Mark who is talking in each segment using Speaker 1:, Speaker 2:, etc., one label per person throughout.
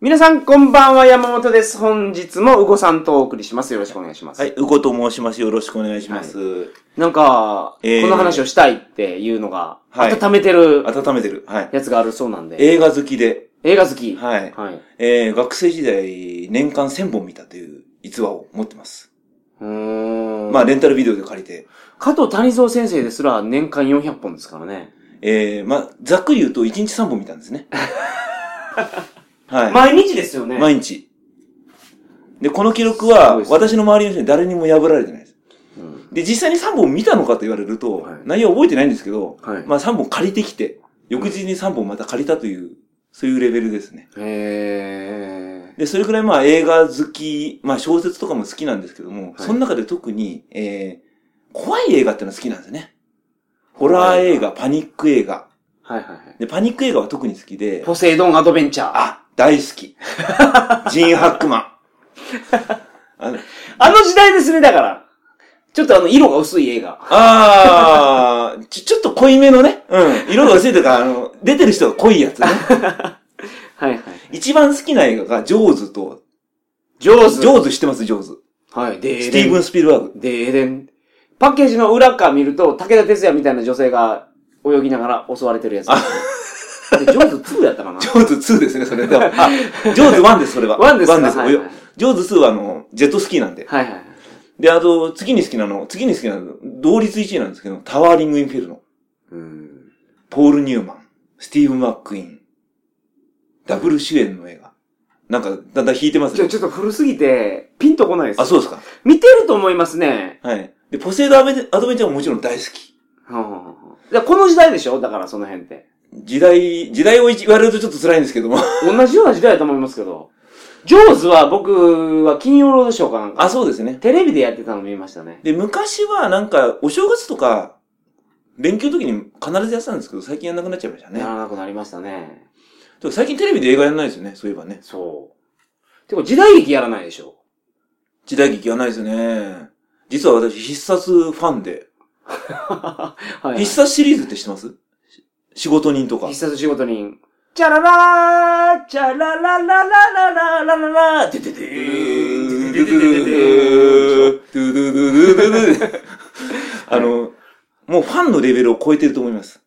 Speaker 1: 皆さん、こんばんは、山本です。本日も、うごさんとお送りします。よろしくお願いします。
Speaker 2: はい、うこと申します。よろしくお願いします。
Speaker 1: なんか、
Speaker 2: えー
Speaker 1: この話をしたいっていうのが、
Speaker 2: はい
Speaker 1: 温めてる
Speaker 2: 温めてる。はい。
Speaker 1: やつがあるそうなんで、
Speaker 2: 映画好きで、
Speaker 1: 映画好き。
Speaker 2: はい。
Speaker 1: はい。
Speaker 2: えー、学生時代、年間1000本見たという逸話を持ってます。
Speaker 1: うーん。
Speaker 2: まあ、レンタルビデオで借りて。
Speaker 1: 加藤谷蔵先生ですら年間400本ですからね。
Speaker 2: えー、まあ、ざっくり言うと1日3本見たんですね。 はい。
Speaker 1: 毎日ですよね。
Speaker 2: 毎日。で、この記
Speaker 1: す
Speaker 2: 録は、
Speaker 1: ごいですね
Speaker 2: 私の周りの人に誰にも破られてないです。
Speaker 1: うん
Speaker 2: で、実際に3本見たのかと言われると、
Speaker 1: はい
Speaker 2: 内容は覚えてないんですけど、
Speaker 1: はい
Speaker 2: まあ3本借りてきて、翌日に3本また借りたという、そういうレベルですね。
Speaker 1: へ
Speaker 2: で、それくらいまあ映画好き、まあ小説とかも好きなんですけども、
Speaker 1: い
Speaker 2: その中で特に、えー、怖い映画ってのは好きなんですね。ホラー映画、パニック映画。
Speaker 1: ー。はいはいはい。
Speaker 2: で、パニック映画は特に好きで、
Speaker 1: ポセイドンアドベンチャー。
Speaker 2: あ、大好き。ジーン・ハッ クマン。あの
Speaker 1: あの時代ですね、だから。ちょっとあの、色が薄い映画。
Speaker 2: あー、ちょ、ちょっと濃いめのね。うん。色が薄いというか、あの、出てる人が濃いや つね。
Speaker 1: はいはい。
Speaker 2: 一番好きな映画が、ジョーズと、
Speaker 1: ジョーズ。
Speaker 2: ジョーズ知ってます、ジョーズ。
Speaker 1: はい。で
Speaker 2: スティーブン・スピルバーグ。
Speaker 1: でーでん。パッケージの裏側見ると、武田鉄矢みたいな女性が泳ぎながら襲われてるやつですね。で、ジョーズ2やったかな
Speaker 2: ジ。ョーズ2ですね、それ。でも あ、ジョーズ1です、それは。
Speaker 1: ワンですか
Speaker 2: ワンです。
Speaker 1: はいはいはい
Speaker 2: ジョーズ2は、あの、ジェットスキーなんで。
Speaker 1: はいはいはい。
Speaker 2: で、あと、次に好きなの、次に好きなの、同率1位なんですけど、タワーリング・インフェルノ、
Speaker 1: うん。
Speaker 2: ポール・ニューマン、スティーブン・マック・イーン、ダブル主演の映画。なんか、だんだん引いてます
Speaker 1: ちょ、
Speaker 2: ね。
Speaker 1: ちょっと古すぎて、ピンとこないです。
Speaker 2: あ、そうですか。
Speaker 1: 見てると思いますね。
Speaker 2: はい。で、ポセイドアベアドベンチャーももちろん大好き。
Speaker 1: はあはあはあでこの時代でしょだからその辺って。
Speaker 2: 時代、時代を言われるとちょっと辛いんですけども。
Speaker 1: 同じような時代だと思いますけど。ジョーズは僕は金曜ロードショーかなんか。
Speaker 2: あ、そうですね。
Speaker 1: テレビでやってたの見ましたね。
Speaker 2: で、昔はなんか、お正月とか、連休の時に必ずやってたんですけど、最近やんなくなっちゃいましたね
Speaker 1: や。らなくなりましたね。
Speaker 2: でも最近テレビで映画やらないですよね、そういえばね。
Speaker 1: そう。てか時代劇やらないでしょ
Speaker 2: 時代劇やらないですね。実は私、必殺ファンで。
Speaker 1: はい、
Speaker 2: 必殺シリーズって知ってますし仕事人とか
Speaker 1: 必。殺仕事人。チャララーチャラララララララララてててーてててててて
Speaker 2: あの、もうファンのレベルを超えてると思います。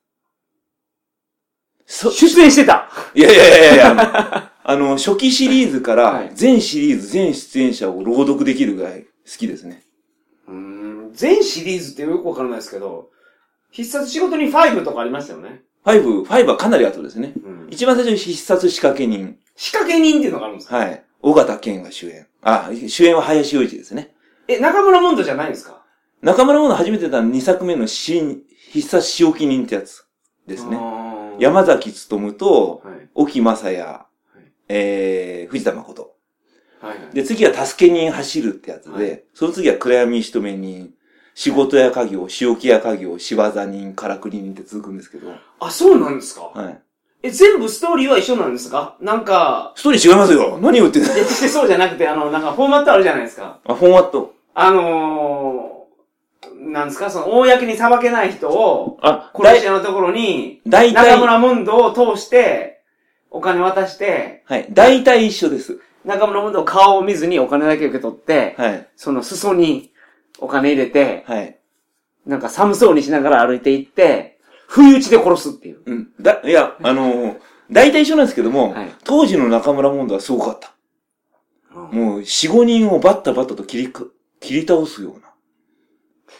Speaker 2: そ、
Speaker 1: 出演してた
Speaker 2: いやいやいやいや、あの、初期シリーズか
Speaker 1: は
Speaker 2: ら
Speaker 1: い
Speaker 2: 全シリーズ、全出演者を朗読できるぐらい好きですね。
Speaker 1: うーん、全シリーズってよくわからないですけど、必殺仕事人5とかありましたよね。
Speaker 2: ファイブ、ファイブはかなり後ですね。
Speaker 1: うん
Speaker 2: 一番最初に必殺仕掛け人。
Speaker 1: 仕掛け人っていうのがあるんですか
Speaker 2: はい。尾形健が主演。あ、主演は林洋一ですね。
Speaker 1: え、中村モンドじゃないんですか
Speaker 2: 中村もの初めてた2作目の新、必殺仕置き人ってやつですね。
Speaker 1: ね山。
Speaker 2: 山崎努と、
Speaker 1: はい。
Speaker 2: 沖正也、えー、藤田誠。
Speaker 1: はいはい。
Speaker 2: で、次は助け人走るってやつで、
Speaker 1: はい
Speaker 2: その次は暗闇仕留め人、仕事や家業、仕置きや家業、仕業人、からくり人って続くんですけど、
Speaker 1: あ、そうなんですか
Speaker 2: はい。
Speaker 1: え、全部ストーリーは一緒なんですかなんか、
Speaker 2: ストーリー違いますよ何を言ってんの
Speaker 1: いや、してそうじゃなくて、あの、なんかフォーマットあるじゃないですか。
Speaker 2: あ、フォーマット。
Speaker 1: あのー、なんですか、その、公に裁けない人を、
Speaker 2: あ、
Speaker 1: 殺し屋のところに、
Speaker 2: だいた
Speaker 1: 中
Speaker 2: い、
Speaker 1: 村モンドを通して、お金渡して、
Speaker 2: はい。だいたい一緒です。
Speaker 1: 中村モンドを顔を見ずにお金だけ受け取って、
Speaker 2: はい。
Speaker 1: その裾にお金入れて、
Speaker 2: はい。
Speaker 1: なんか寒そうにしながら歩いていって、不意打ちで殺すっていう。
Speaker 2: うん。だ、いや、あのー、だいたい一緒なんですけども、
Speaker 1: はい
Speaker 2: 当時の中村モンドはすごかった。もう、四五人をバッタバッタと切りか、切り倒すような。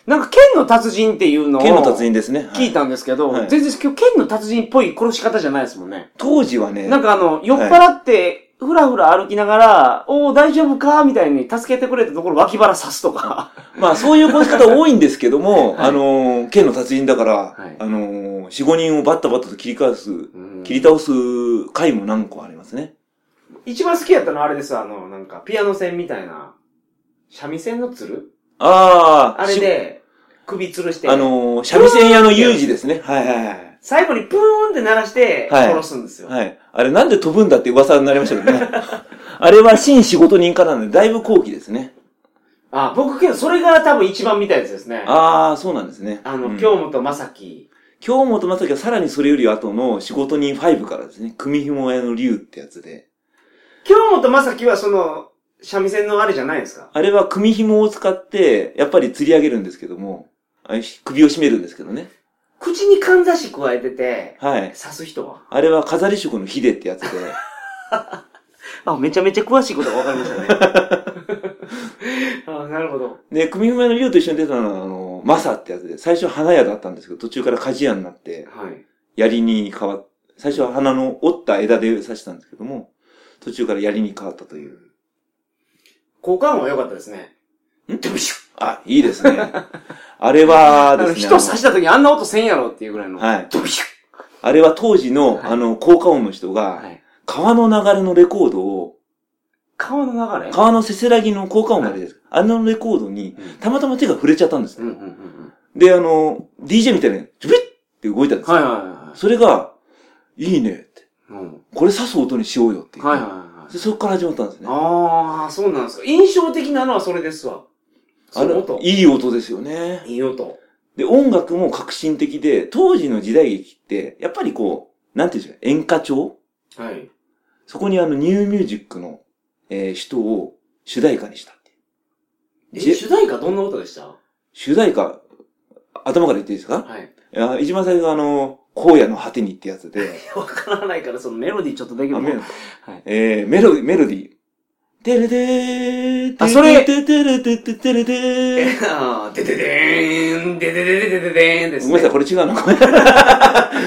Speaker 1: なんか剣の達人っていうのを
Speaker 2: 剣の達人ですね。はい
Speaker 1: 聞いたんですけど、
Speaker 2: はい
Speaker 1: 全然今日剣の達人っぽい殺し方じゃないですもんね。
Speaker 2: 当時はね、
Speaker 1: なんかあの、酔っ払って、ふらふら歩きながら、おお、大丈夫かみたいに助けてくれたところ脇腹刺すとか。
Speaker 2: まあそういう殺し方多いんですけ ども、あのー、剣の達人だから、
Speaker 1: はい
Speaker 2: あのー、4、5人をバッタバッタと切り返す、切り倒す回も何個ありますね。
Speaker 1: 一番好きやったのはあれです、あの、なんか、ピアノ線みたいな、三味線のつる
Speaker 2: ああ、
Speaker 1: あれで、首吊るし
Speaker 2: し、
Speaker 1: て、
Speaker 2: あのー、三味線屋の有事ですね。はいはいはい。
Speaker 1: 最後にプーンって鳴らして、
Speaker 2: はい
Speaker 1: 殺すんですよ。
Speaker 2: はい。あれなんで飛ぶんだって噂になりましたけどね。あれは新仕事人からなんで、だいぶ後期ですね。
Speaker 1: あ、僕けど、それが多分一番見たやつですね。あ
Speaker 2: ああ、そうなんですね。
Speaker 1: の、
Speaker 2: うん
Speaker 1: 京本正樹。
Speaker 2: 京本正樹はさらにそれより後の仕事人5からですね、組紐屋の竜ってやつで、
Speaker 1: 京本正樹はその、三味線のあれじゃないですか。
Speaker 2: あれは組紐を使って、やっぱり釣り上げるんですけども、あ首を絞めるんですけどね。
Speaker 1: 口にかんざし加えてて、
Speaker 2: はい。
Speaker 1: 刺す人は。
Speaker 2: あれは飾り色のヒデってやつで、
Speaker 1: あ、めちゃめちゃ詳しいことが分かりましたね。 あなるほど。
Speaker 2: で、組紐屋の竜と一緒に出たのは、あの、マサってやつで、最初は花屋だったんですけど、途中から鍛冶屋になって、
Speaker 1: はい。
Speaker 2: 槍に変わっ、最初は花の折った枝で刺したんですけども、途中から槍に変わったという。
Speaker 1: 交換音は良かったですね。
Speaker 2: ん
Speaker 1: でもしょ
Speaker 2: あ、いいで すね。あれはですね。
Speaker 1: 人刺した時あんな音せんやろっていうぐらいの。
Speaker 2: はい。
Speaker 1: ドシ
Speaker 2: あれは当時の、
Speaker 1: はい
Speaker 2: あの、効果音の人
Speaker 1: ュッ
Speaker 2: が、
Speaker 1: はい。
Speaker 2: 川の流れのレコードを、
Speaker 1: 川の流れ
Speaker 2: 川のせせらぎの効果音があれです。あのレコードに、
Speaker 1: うん
Speaker 2: たまたま手が触れちゃったんです
Speaker 1: うん
Speaker 2: ね。
Speaker 1: うんうんうん。
Speaker 2: で、あの、DJ みたいな、ジュビッって動いたんですよ
Speaker 1: はいはいは
Speaker 2: それが、いいねって。
Speaker 1: い。うん
Speaker 2: これ刺す音にしようよっていう。
Speaker 1: はいはいはい
Speaker 2: で。そこから始まったんですね。
Speaker 1: ああ、そうなんですか。印象的なのはそれですわ。その音。
Speaker 2: いい音ですよね。
Speaker 1: いい音。
Speaker 2: で、音楽も革新的で、当時の時代劇って、やっぱりこう、なんていうんですか、演歌調
Speaker 1: はい。
Speaker 2: そこにあの、ニューミュージックの、えー人を主題歌にしたっていう。
Speaker 1: え、
Speaker 2: じ
Speaker 1: 主題歌どんな音で した
Speaker 2: 主題歌、頭から言っていいですか
Speaker 1: はい。
Speaker 2: いや、一番最初があの、荒野の果てにってや つで、
Speaker 1: わからないから、そのメロディーちょっとだけ
Speaker 2: あ
Speaker 1: も
Speaker 2: メロ
Speaker 1: はい
Speaker 2: えー、メロディ、メロディー。てれでー
Speaker 1: あそれ
Speaker 2: てれてれてててれでー
Speaker 1: あーでででーん、でででででででーんです
Speaker 2: ご
Speaker 1: ね。
Speaker 2: めんなさい、これ違うの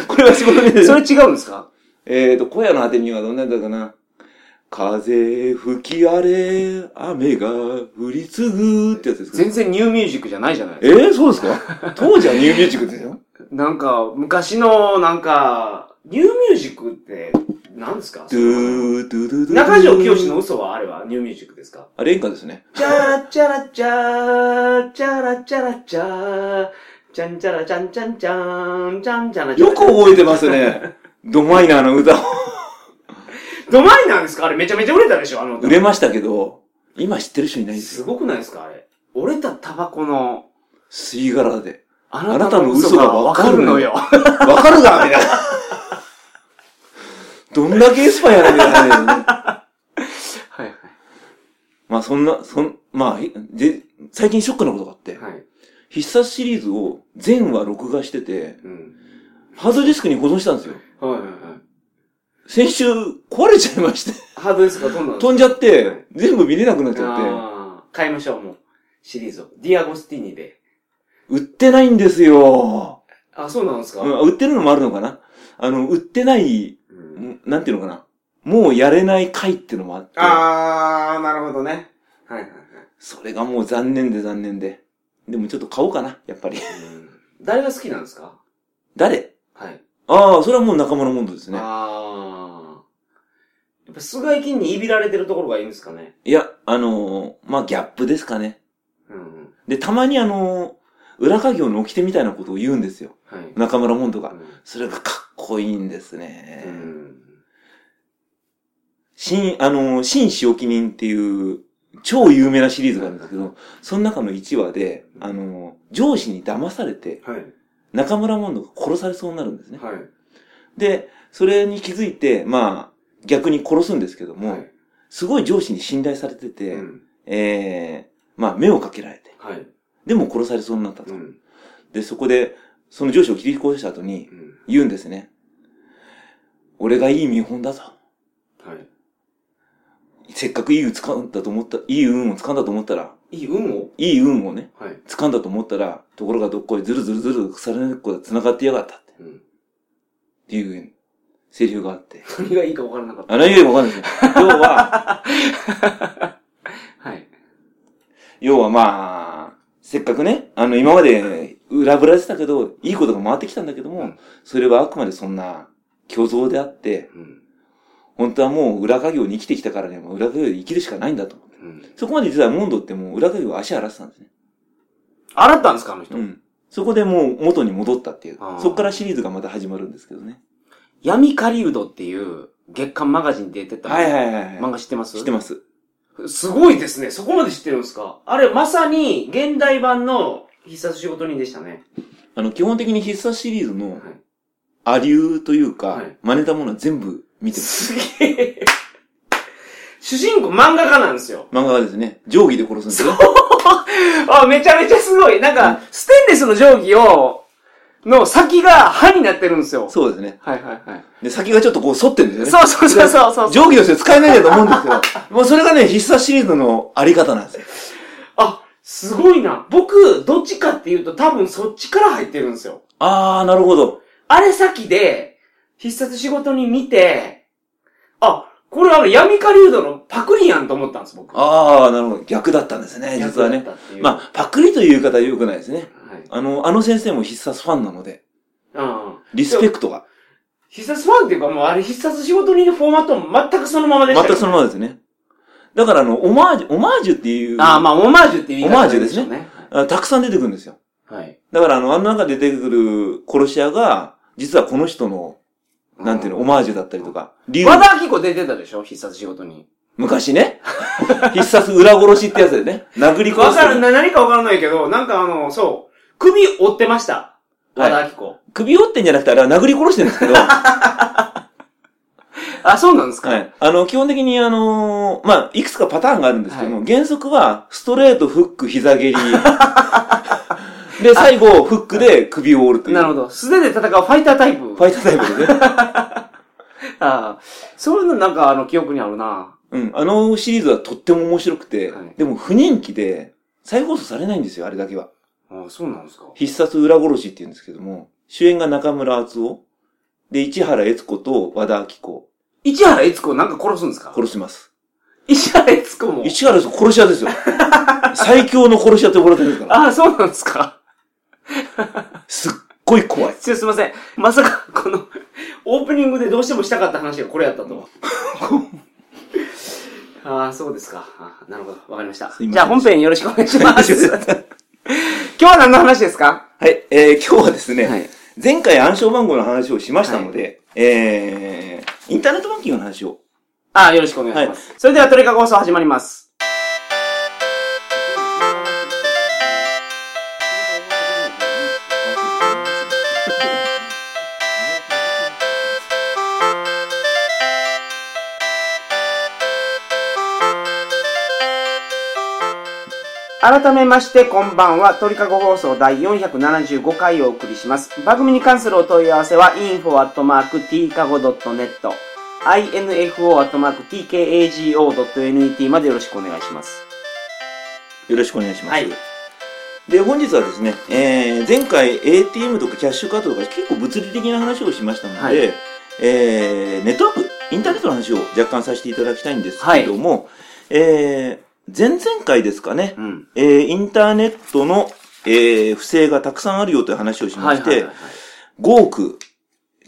Speaker 2: これ は仕事目です。
Speaker 1: それ違うんですか
Speaker 2: えーと、小屋の果てにはどんなんだったかな。風吹き荒れ、雨が降り継ぐってやつですか
Speaker 1: 全然ニューミュージックじゃないじゃない
Speaker 2: えー、そうですか 当時はニューミュージックですよ。
Speaker 1: なんか、昔の、なんか、ニューミュージックって、何ですか
Speaker 2: ドゥードゥドゥドゥ。
Speaker 1: 中条清の嘘はあれはニューミュージックですか
Speaker 2: あれ演歌ですね。
Speaker 1: チャラチャラチャー、チャラチャラチャー、チャンチャラチャンチャンチャン、チャンチャラチャン。
Speaker 2: よく覚えてます ね。ドマイナーの歌を。
Speaker 1: ドマイナーですかあれめちゃめちゃ売れたでしょあの歌
Speaker 2: 売れましたけど、今知ってる人いないんです
Speaker 1: す
Speaker 2: よ。
Speaker 1: ごくないですかあれ。折れたタバコの、
Speaker 2: 吸い殻で。
Speaker 1: あ
Speaker 2: なたの嘘がわかるのよ
Speaker 1: わか
Speaker 2: わかるかみたいな。どんだけエスパイやねんみたいな
Speaker 1: る
Speaker 2: ね。
Speaker 1: のよ。
Speaker 2: まあそんな、そん、まあ、えで、最近ショックなことがあって、
Speaker 1: はいはい。はい。
Speaker 2: 必殺シリーズを全話録画してて、
Speaker 1: うん。
Speaker 2: ハードディスクに保存したんですよ。
Speaker 1: はいはいはい。
Speaker 2: 先週壊れちゃいまして、
Speaker 1: ハードディスクがどんどん
Speaker 2: 飛んじゃって、全部見れなくなっちゃって、
Speaker 1: ああ、買いましょう、もう。シリーズを。ディアゴスティーニで。
Speaker 2: 売ってないんですよ。
Speaker 1: あ、そうなんですか、
Speaker 2: うん、売ってるのもあるのかなあの、売ってない、
Speaker 1: うん
Speaker 2: んなんていうのかなもうやれない回ってのもあって、
Speaker 1: あー、なるほどね。はいはいはい。
Speaker 2: それがもう残念で残念で。でもちょっと買おうかな、やっ ぱり。
Speaker 1: 誰が好きなんですか
Speaker 2: 誰
Speaker 1: はい。
Speaker 2: ああ、それはもう仲間のモンドですね。
Speaker 1: あー。やっぱ、菅井金にいびられてるところがいいんですかね。
Speaker 2: いや、あのーまあ、ギャップですかね。
Speaker 1: うん。
Speaker 2: で、たまにあのー裏稼業の掟みたいなことを言うんですよ。
Speaker 1: はい。
Speaker 2: 中村モンド
Speaker 1: う
Speaker 2: が。
Speaker 1: ん
Speaker 2: それがかっこいいんですね
Speaker 1: う。ん。
Speaker 2: 新、あのー新使用記人っていう、超有名なシリーズがあるんですけど、その中の1話で、あのー上司に騙されて、
Speaker 1: はい。
Speaker 2: 中村モンドが殺されそうになるんですね。
Speaker 1: はい。
Speaker 2: で、それに気づいて、まあ、逆に殺すんですけども、
Speaker 1: はい。
Speaker 2: すごい上司に信頼されてて、
Speaker 1: うん
Speaker 2: ええまあ、目をかけられて、
Speaker 1: はい。
Speaker 2: でも殺されそうになったと。
Speaker 1: うん。
Speaker 2: で、そこで、その上司を切り殺した後に
Speaker 1: う、ん。
Speaker 2: 言うんですね。俺がいい見本だと。
Speaker 1: はい。
Speaker 2: せっかくいい運掴んだと思った、いい運を掴んだと思ったら、
Speaker 1: いい運を
Speaker 2: いい運をね、
Speaker 1: はい。
Speaker 2: 掴んだと思ったら、ところがどっこいずるずるずる腐れ根っこが繋がってやがったって
Speaker 1: うん。
Speaker 2: っていう、セリフがあって。
Speaker 1: 何がいいか分からなかっ
Speaker 2: あ、何言えばわかんないですよ。 要は、
Speaker 1: た。はい。
Speaker 2: 要はまあ、せっかくね、あの、今まで裏ぶらしてたけど、いいことが回ってきたんだけども、
Speaker 1: うん
Speaker 2: それはあくまでそんな虚像であって、
Speaker 1: うん。
Speaker 2: 本当はもう裏稼業に生きてきたからにはもう裏稼業で生きるしかないんだと。
Speaker 1: うん。
Speaker 2: そこまで実はモンドってもう裏稼業は足洗ってたんですね。
Speaker 1: 洗ったんですかあの人。
Speaker 2: うん。そこでもう元に戻ったっていう
Speaker 1: あ。ー
Speaker 2: そこからシリーズがまた始まるんですけどね。
Speaker 1: 闇狩りうどっていう月刊マガジンに出てた。
Speaker 2: はいはいはいは
Speaker 1: 漫画知ってます。
Speaker 2: い。知ってますす。
Speaker 1: すごいですね。そこまで知ってるんですかあれ、まさに、現代版の必殺仕事人でしたね。
Speaker 2: あの、基本的に必殺シリーズの
Speaker 1: は
Speaker 2: アリューというか、
Speaker 1: はい
Speaker 2: 真似たものは全部見
Speaker 1: い。
Speaker 2: てます。
Speaker 1: すげえ。主人公漫画家なんですよ。
Speaker 2: 漫画はですね、定規で殺すんですよ。
Speaker 1: あ、めちゃめちゃすごい。なんか、ステンレスの定規を、の先が歯になってるんですよ。
Speaker 2: そうですね。
Speaker 1: はいはいはい。
Speaker 2: で、先がちょっとこう反ってるんですよね。
Speaker 1: そうそうそうそうそう。
Speaker 2: 定規の人使えないんだと思うんですけど、も うそれがね、必殺シリーズのあり方なんですよ。
Speaker 1: あ、すごいな。僕、どっちかっていうと多分そっちから入ってるんですよ。
Speaker 2: あー、なるほど。
Speaker 1: あれ先で、必殺仕事に見て、あ、これあの闇狩人のパクリやんと思ったんです、僕。
Speaker 2: あー、なるほど。逆だったんですね、実はね。
Speaker 1: ま
Speaker 2: まあ、パクリという言い方は良くないですね。
Speaker 1: あ、はい。
Speaker 2: あの、あの先生も必殺ファンなので、
Speaker 1: うん。
Speaker 2: リスペクトが。
Speaker 1: 必殺ファンっていうかもうあれ必殺仕事にのフォーマットも全くそのままでし
Speaker 2: 全
Speaker 1: たよ
Speaker 2: くそのままですね。だから、あの、オマージュ、オマージュっていう、
Speaker 1: ああ、まあ、オマージュっていう言い方
Speaker 2: オマージュですね
Speaker 1: しょうね。
Speaker 2: あたくさん出てくるんですよ。
Speaker 1: はい。
Speaker 2: だから、あの、あの中で出てくる殺し屋が、実はこの人の、なんていうの、オマージュだったりとか、理由
Speaker 1: 和田アキ子出てたでしょ必殺仕事に。
Speaker 2: 昔ね、 必殺裏殺しってやつでね、殴り
Speaker 1: わ
Speaker 2: 殺
Speaker 1: かる、
Speaker 2: す。
Speaker 1: な、何かわからないけど、なんかあの、そう、首折ってました。
Speaker 2: は
Speaker 1: 和
Speaker 2: い
Speaker 1: 田アキ子。
Speaker 2: 首折ってんじゃなくて、あれは殴り殺してるんで すけど、は
Speaker 1: あ、そうなんですか
Speaker 2: い。あの、基本的にあのーまあ、いくつかパターンがあるんですけども、
Speaker 1: は
Speaker 2: 原則は、ストレート、フック、膝 蹴り。で、最後、フックで首を折るという。
Speaker 1: なるほ
Speaker 2: ど。
Speaker 1: ど。素手で戦うファイタータイプ。
Speaker 2: ファイタータイプ でね。
Speaker 1: ああ。 そういうのなんか、あの、記憶にあるな。
Speaker 2: うん。あのシリーズはとっても面白くて、
Speaker 1: はい
Speaker 2: でも不人気で、再放送されないんですよ、あれだけは。
Speaker 1: ああ、そうなんですか
Speaker 2: 必殺裏殺しって言うんですけども、主演が中村敦夫。で、市原悦子と和田明子。
Speaker 1: 市原悦子なんか殺すんですか
Speaker 2: 殺します。
Speaker 1: 市原悦子も。
Speaker 2: 市原悦子殺し屋 ですよ。最強の殺し屋って呼ばれてるんですから。
Speaker 1: ああ、そうなんですか
Speaker 2: すっごい怖い。
Speaker 1: すいません。まさか、この、オープニングでどうしてもしたかった話がこれやったと は。ああ、そうですか。あーなるほど。わかりました。
Speaker 2: すいません
Speaker 1: じゃあ本編よろしくお願いし ます。
Speaker 2: お願
Speaker 1: 今
Speaker 2: いし
Speaker 1: 日は何の話ですか
Speaker 2: はい、えー、今日はですね、
Speaker 1: はい
Speaker 2: 前回暗証番号の話をしましたので、えー、インターネットバンキングの話を。
Speaker 1: ああ、よろしくお願いします。それではトリカゴ放送始まります。改めまして、こんばんは。鳥かご放送第475回をお送りします。番組に関するお問い合わせは、info.tkago.net、info.tkago.net までよろしくお願いします。
Speaker 2: よろしくお願いします。
Speaker 1: はい。
Speaker 2: で、本日はですね、えー、前回 ATM とかキャッシュカードとか結構物理的な話をしましたので、
Speaker 1: はい
Speaker 2: えー、ネットワーク、インターネットの話を若干させていただきたいんですけども、えー、前々回ですかね、
Speaker 1: うん。
Speaker 2: えーインターネットの、えー不正がたくさんあるよという話をしまして、5億、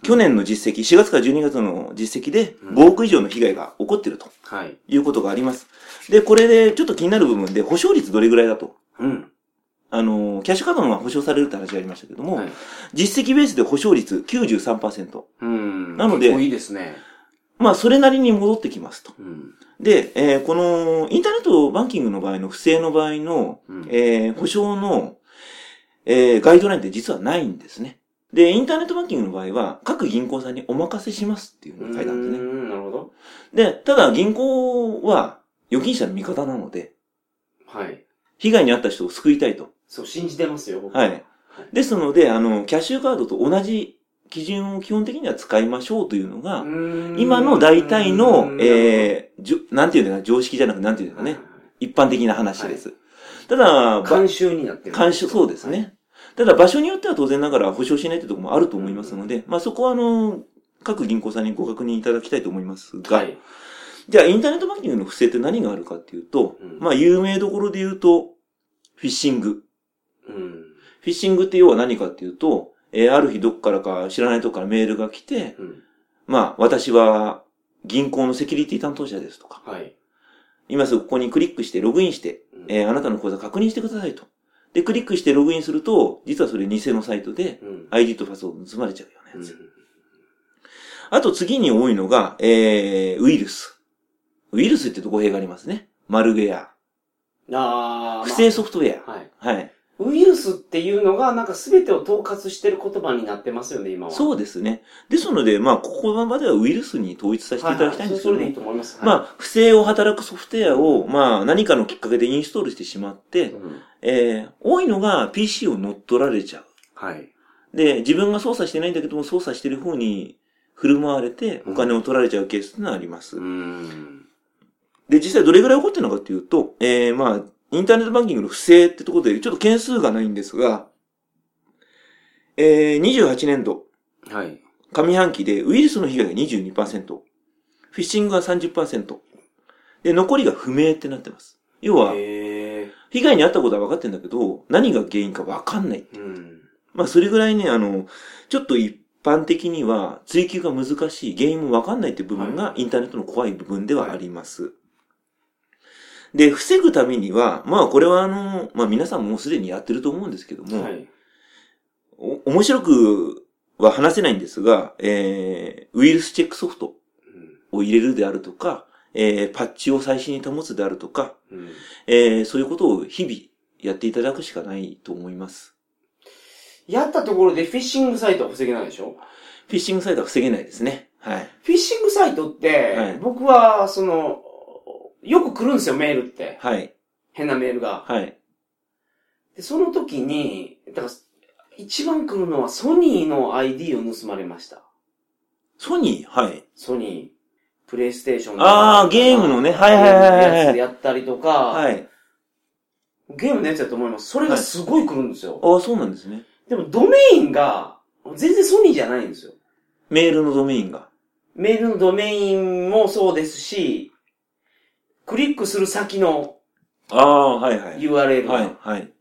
Speaker 2: 去年の実績、4月から12月の実績で
Speaker 1: うん
Speaker 2: 5億以上の被害が起こっていると
Speaker 1: はい。
Speaker 2: いうことがあります。で、これでちょっと気になる部分で保証率どれぐらいだと。
Speaker 1: うん。
Speaker 2: あのー、キャッシュカードの方が保証されるって話がありましたけども、
Speaker 1: はい
Speaker 2: 実績ベースで保証率93%。
Speaker 1: うん。
Speaker 2: なので
Speaker 1: 結構いいですね。
Speaker 2: まあ、それなりに戻ってきますと。
Speaker 1: うん。
Speaker 2: で、えーこの、インターネットバンキングの場合の不正の場合の、
Speaker 1: うん
Speaker 2: えー保証の、えーガイドラインって実はないんですね。で、インターネットバンキングの場合は、各銀行さんにお任せしますっていうのが書いてあるんですね。
Speaker 1: うんなるほど。
Speaker 2: で、ただ銀行は、預金者の味方なので、
Speaker 1: はい。
Speaker 2: 被害に遭った人を救いたいと。
Speaker 1: そう、信じてますよ、僕。
Speaker 2: は。い。ですので、あの、キャッシュカードと同じ基準を基本的には使いましょうというのが、今
Speaker 1: 今
Speaker 2: の大体の、えー、じょなんていうのかな、常識じゃなくなんていうのかね、。一般的な話です。ただ、ば
Speaker 1: 監修になってる。
Speaker 2: 監視、そうですね。ただ場所によっては当然ながら保証しないってところもあると思いますので、まあそこはあの、各銀行さんにご確認いただきたいと思いますが、
Speaker 1: はい。
Speaker 2: じゃあインターネットバンキングの不正って何があるかっていうと、
Speaker 1: うん
Speaker 2: まあ有名どころで言うと、フィッシング。
Speaker 1: うん。
Speaker 2: フィッシングって要は何かっていうと、えーある日どっからか知らないとこからメールが来て、
Speaker 1: うん。
Speaker 2: まあ私は銀行のセキュリティ担当者ですとか、
Speaker 1: はい。
Speaker 2: 今すぐここにクリックしてログインして、
Speaker 1: うん
Speaker 2: えーあなたの口座確認してくださいと。で、クリックしてログインすると、実はそれ偽のサイトで、
Speaker 1: うん。
Speaker 2: ID とパスを盗まれちゃうようなやつ。あと次に多いのが、えー、ウイルス。ウイルスって言うと語弊がありますね。マルウェア。
Speaker 1: うんあーまあ。
Speaker 2: 不正ソフトウェ
Speaker 1: はい。
Speaker 2: ア。はい。
Speaker 1: ウイルスっていうのが、なんか全てを統括してる言葉になってますよね、今は。う。
Speaker 2: そうですね。ですので、まあ、ここまではウイルスに統一させていただきたいんですけ
Speaker 1: そ
Speaker 2: ど
Speaker 1: れでいい
Speaker 2: も、
Speaker 1: と思います。
Speaker 2: まあ、不正を働くソフトウェアを、まあ、何かのきっかけでインストールしてしまって、えー、多いのが PC を乗っ取られちゃ
Speaker 1: はい。
Speaker 2: う。で、自分が操作してないんだけども、操作してる方に振る舞われて、お金を取られちゃうケースってのはあります。
Speaker 1: ん。
Speaker 2: で、実際どれぐらい起こってるのかっていうと、えー、まあ、インターネットバンキングの不正ってところで、ちょっと件数がないんですが、えー、28年度、
Speaker 1: はい。
Speaker 2: 上半期でウイルスの被害が22%、フィッシングが30%、で、残りが不明ってなってます。要は、
Speaker 1: へえ。
Speaker 2: 被害に遭ったことは分かってんだけど、何が原因か分かんない。
Speaker 1: うん。
Speaker 2: まあ、それぐらいね、あの、ちょっと一般的には追求が難しい、原因も分かんないっていう部分が
Speaker 1: はい
Speaker 2: インターネットの怖い部分ではあります。で、防ぐためには、まあこれはあの、まあ皆さんもうすでにやってると思うんですけども、
Speaker 1: はい。
Speaker 2: お面白くは話せないんですが、えー、ウイルスチェックソフトを入れるであるとか、えー、パッチを最新に保つであるとか、
Speaker 1: うん。うん
Speaker 2: えー、そういうことを日々やっていただくしかないと思います。
Speaker 1: やったところでフィッシングサイトは防げないでしょ
Speaker 2: フィッシングサイトは防げないですね。はい。
Speaker 1: フィッシングサイトって、
Speaker 2: はい
Speaker 1: 僕は、その、よく来るんですよ、メールって。
Speaker 2: はい。
Speaker 1: 変なメールが。
Speaker 2: はい。
Speaker 1: で、その時に、だから、一番来るのはソニーの ID を盗まれました。
Speaker 2: ソニーはい。
Speaker 1: ソニー、プレイステーション
Speaker 2: あーゲームのねはいはいはいはい
Speaker 1: ゲームのやつでやったりとか、
Speaker 2: はい。
Speaker 1: ゲームのやつだと思います。それがすごい来るんですよ。
Speaker 2: ああ、そうなんですね。
Speaker 1: でもドメインが、全然ソニーじゃないんですよ。
Speaker 2: メールのドメインが。
Speaker 1: メールのドメインもそうですし、クリックする先の
Speaker 2: ああ、はいは。
Speaker 1: URL が、
Speaker 2: はい、はい。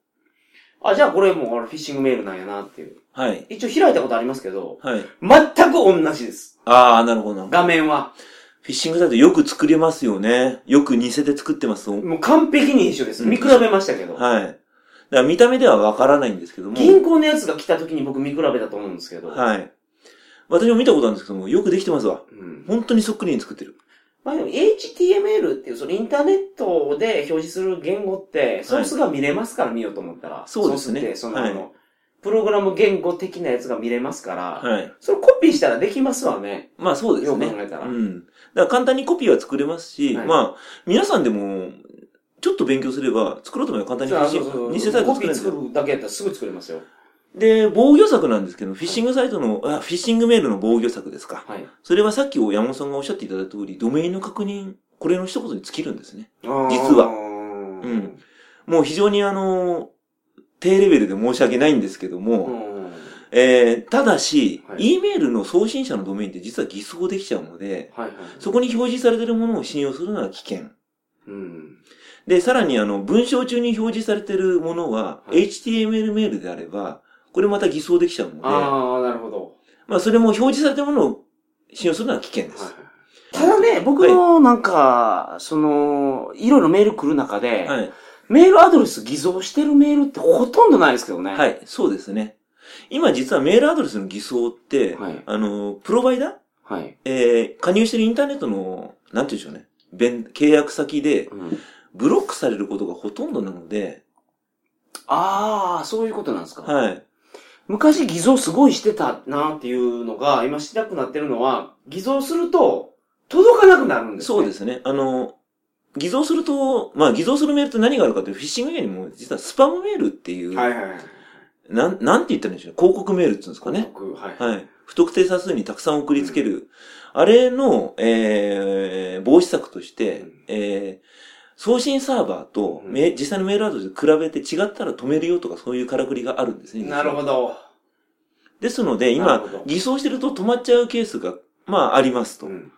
Speaker 1: あ、じゃあこれもうあれフィッシングメールなんやなっていう。
Speaker 2: はい。
Speaker 1: 一応開いたことありますけど、
Speaker 2: はい。
Speaker 1: 全く同じです。
Speaker 2: ああ、なるほどな。フ
Speaker 1: 画面は。
Speaker 2: ィッシングサイトよく作りますよね。よく似せて作ってます。はい。
Speaker 1: もう完璧に一緒です。
Speaker 2: うん
Speaker 1: 見比べましたけど。
Speaker 2: だから見た目ではわからないんですけども。
Speaker 1: 銀行のやつが来た時に僕見比べたと思うんですけど。
Speaker 2: はい。私も見たことあるんですけども、よくできてますわ。
Speaker 1: うん
Speaker 2: 本当にそっくりに作ってる。
Speaker 1: まあでも HTML っていう、そのインターネットで表示する言語って、ソースが見れますから見ようと思ったら。
Speaker 2: そうですね
Speaker 1: ソースって、その、
Speaker 2: はい
Speaker 1: あのプログラム言語的なやつが見れますから、
Speaker 2: はい。
Speaker 1: それコピーしたらできますわね。
Speaker 2: まあそうです
Speaker 1: よ
Speaker 2: ね。
Speaker 1: く考えたら。
Speaker 2: うん。だから簡単にコピーは作れますし、
Speaker 1: はい
Speaker 2: まあ、皆さんでも、ちょっと勉強すれば、作ろうと思えば簡単に
Speaker 1: そう
Speaker 2: フ
Speaker 1: そう
Speaker 2: ィッシ
Speaker 1: そ
Speaker 2: ン
Speaker 1: う
Speaker 2: グ、偽サイト
Speaker 1: コ
Speaker 2: 作
Speaker 1: ピ
Speaker 2: れ
Speaker 1: ー
Speaker 2: るんですよ。
Speaker 1: 作るだけやったらすぐ作れますよ。
Speaker 2: で、防御策なんですけど、フィッシングサイトの、あ、フィッシングメールの防御策ですか。
Speaker 1: はい。
Speaker 2: それはさっき山本さんがおっしゃっていただいた通り、ドメインの確認、これの一言に尽きるんですね。
Speaker 1: 実
Speaker 2: は
Speaker 1: う
Speaker 2: うん。もう非常にあの、低レベルで申し訳ないんですけども、
Speaker 1: うん
Speaker 2: えー、ただし、
Speaker 1: は
Speaker 2: E メールの送信者のドメインって実は偽装できちゃうので、
Speaker 1: はいはい。
Speaker 2: そこに表示されているものを信用するのは危険。
Speaker 1: うん。
Speaker 2: で、さらにあの、文章中に表示されているものは、
Speaker 1: はい
Speaker 2: HTML メールであれば、これまた偽装できちゃうので、
Speaker 1: ああ、なるほど。
Speaker 2: まあ、それも表示されてるものを信用するのは危険です。
Speaker 1: ただね、僕のなんか、その、いろいろメール来る中で、
Speaker 2: はい。
Speaker 1: メールアドレス偽造してるメールってほとんどないですけどね。。
Speaker 2: はいい、そうですね。今実はメールアドレスの偽装って、
Speaker 1: はい
Speaker 2: あの、プロバイダー
Speaker 1: はい。
Speaker 2: えー、加入してるインターネットの、なんて言うんでしょうね。弁契約先で、
Speaker 1: うん、
Speaker 2: ブロックされることがほとんどなので、
Speaker 1: ああ、そういうことなんですか。
Speaker 2: はい。
Speaker 1: 昔偽造すごいしてたなっていうのが、今しなくなってるのは、偽造すると届かなくなるんです、ね。。
Speaker 2: そうですすね。あの、偽造すると、まあ偽造するメールって何があるかっていう、フィッシング以外にも、実はスパムメールっていう、
Speaker 1: はいはいはい。
Speaker 2: なん、なんて言ったらいいんでしょうね。広告メールって言うんですかね。
Speaker 1: 僕はい。
Speaker 2: はい。不特定多数にたくさん送りつける。あれの、えー、防止策として、
Speaker 1: うん
Speaker 2: えー、送信サーバーと、
Speaker 1: うん
Speaker 2: め実際のメールアドレスで比べて違ったら止めるよとかそういうからくりがあるんですね。
Speaker 1: なるほど。
Speaker 2: ですので、
Speaker 1: なる
Speaker 2: 今
Speaker 1: ほど、
Speaker 2: 偽装してると止まっちゃうケースが、まあ、ありますと。
Speaker 1: うん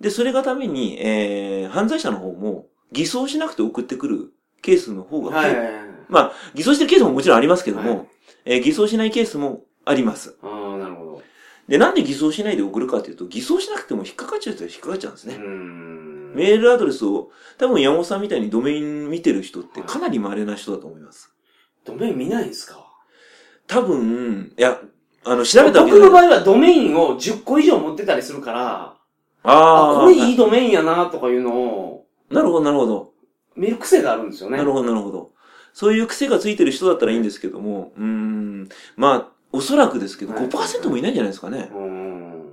Speaker 2: で、それがために、えー、犯罪者の方も、偽装しなくて送ってくるケースの方が、
Speaker 1: はいはいはい。
Speaker 2: まあ、偽装してるケースももちろんありますけども、
Speaker 1: は
Speaker 2: えー偽装しないケースもあります。
Speaker 1: ああ、なるほど。
Speaker 2: で、なんで偽装しないで送るかというと、偽装しなくても引っかかっちゃう人は引っかかっちゃうんです
Speaker 1: うー
Speaker 2: ね。
Speaker 1: ん。
Speaker 2: メールアドレスを、多分山本さんみたいにドメイン見てる人って
Speaker 1: はい
Speaker 2: かなり稀な人だと思います。
Speaker 1: ドメイン見ないんですか
Speaker 2: 多分、いや、あの、調べたわけ
Speaker 1: 僕の場
Speaker 2: 合、
Speaker 1: 合はドメインを10個以上持ってたりするから、
Speaker 2: あ
Speaker 1: あ、
Speaker 2: あ、
Speaker 1: これいいドメインやなとかいうのを、
Speaker 2: なるほど、なるほど。
Speaker 1: 見る癖があるんですよね。
Speaker 2: なるほど、なるほど。そういう癖がついてる人だったらいいんですけども、うーん、まあ、おそらくですけど、
Speaker 1: はい
Speaker 2: 5%もいないんじゃないですかね。
Speaker 1: うん。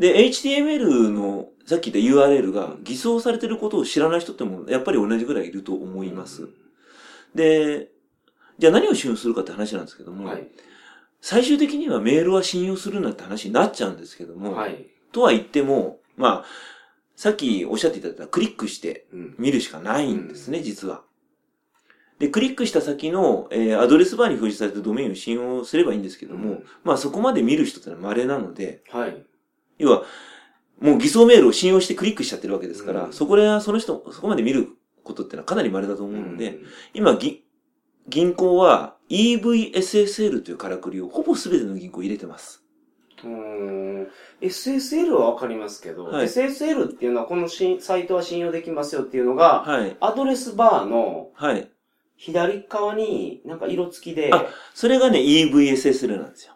Speaker 2: で、HTML の、さっき言った URL が
Speaker 1: うん
Speaker 2: 偽装されてることを知らない人っても、やっぱり同じぐらいいると思います。。で、じゃあ何を信用するかって話なんですけども、
Speaker 1: はい。
Speaker 2: 最終的にはメールは信用するなって話になっちゃうんですけども、
Speaker 1: はい。
Speaker 2: とは言っても、まあ、さっきおっしゃっていただいたクリックして
Speaker 1: うん。
Speaker 2: 見るしかないんですね、実は。で、クリックした先の、えーアドレスバーに表示されたドメインを信用すればいいんですけども、まあそこまで見る人ってのは稀なので、
Speaker 1: はい。
Speaker 2: 要は、もう偽装メールを信用してクリックしちゃってるわけですから、
Speaker 1: うん
Speaker 2: そこら、その人、そこまで見ることってのはかなり稀だと思うので、今、ぎ銀行は EVSSL というからくりをほぼ全ての銀行入れてます。
Speaker 1: うん。SSL はわかりますけど、
Speaker 2: はい
Speaker 1: SSL っていうのはこのしサイトは信用できますよっていうのが、
Speaker 2: はい。
Speaker 1: アドレスバーの
Speaker 2: はい。
Speaker 1: 左側になんか色付きで、
Speaker 2: あそれがね、EVSSL なんですよ。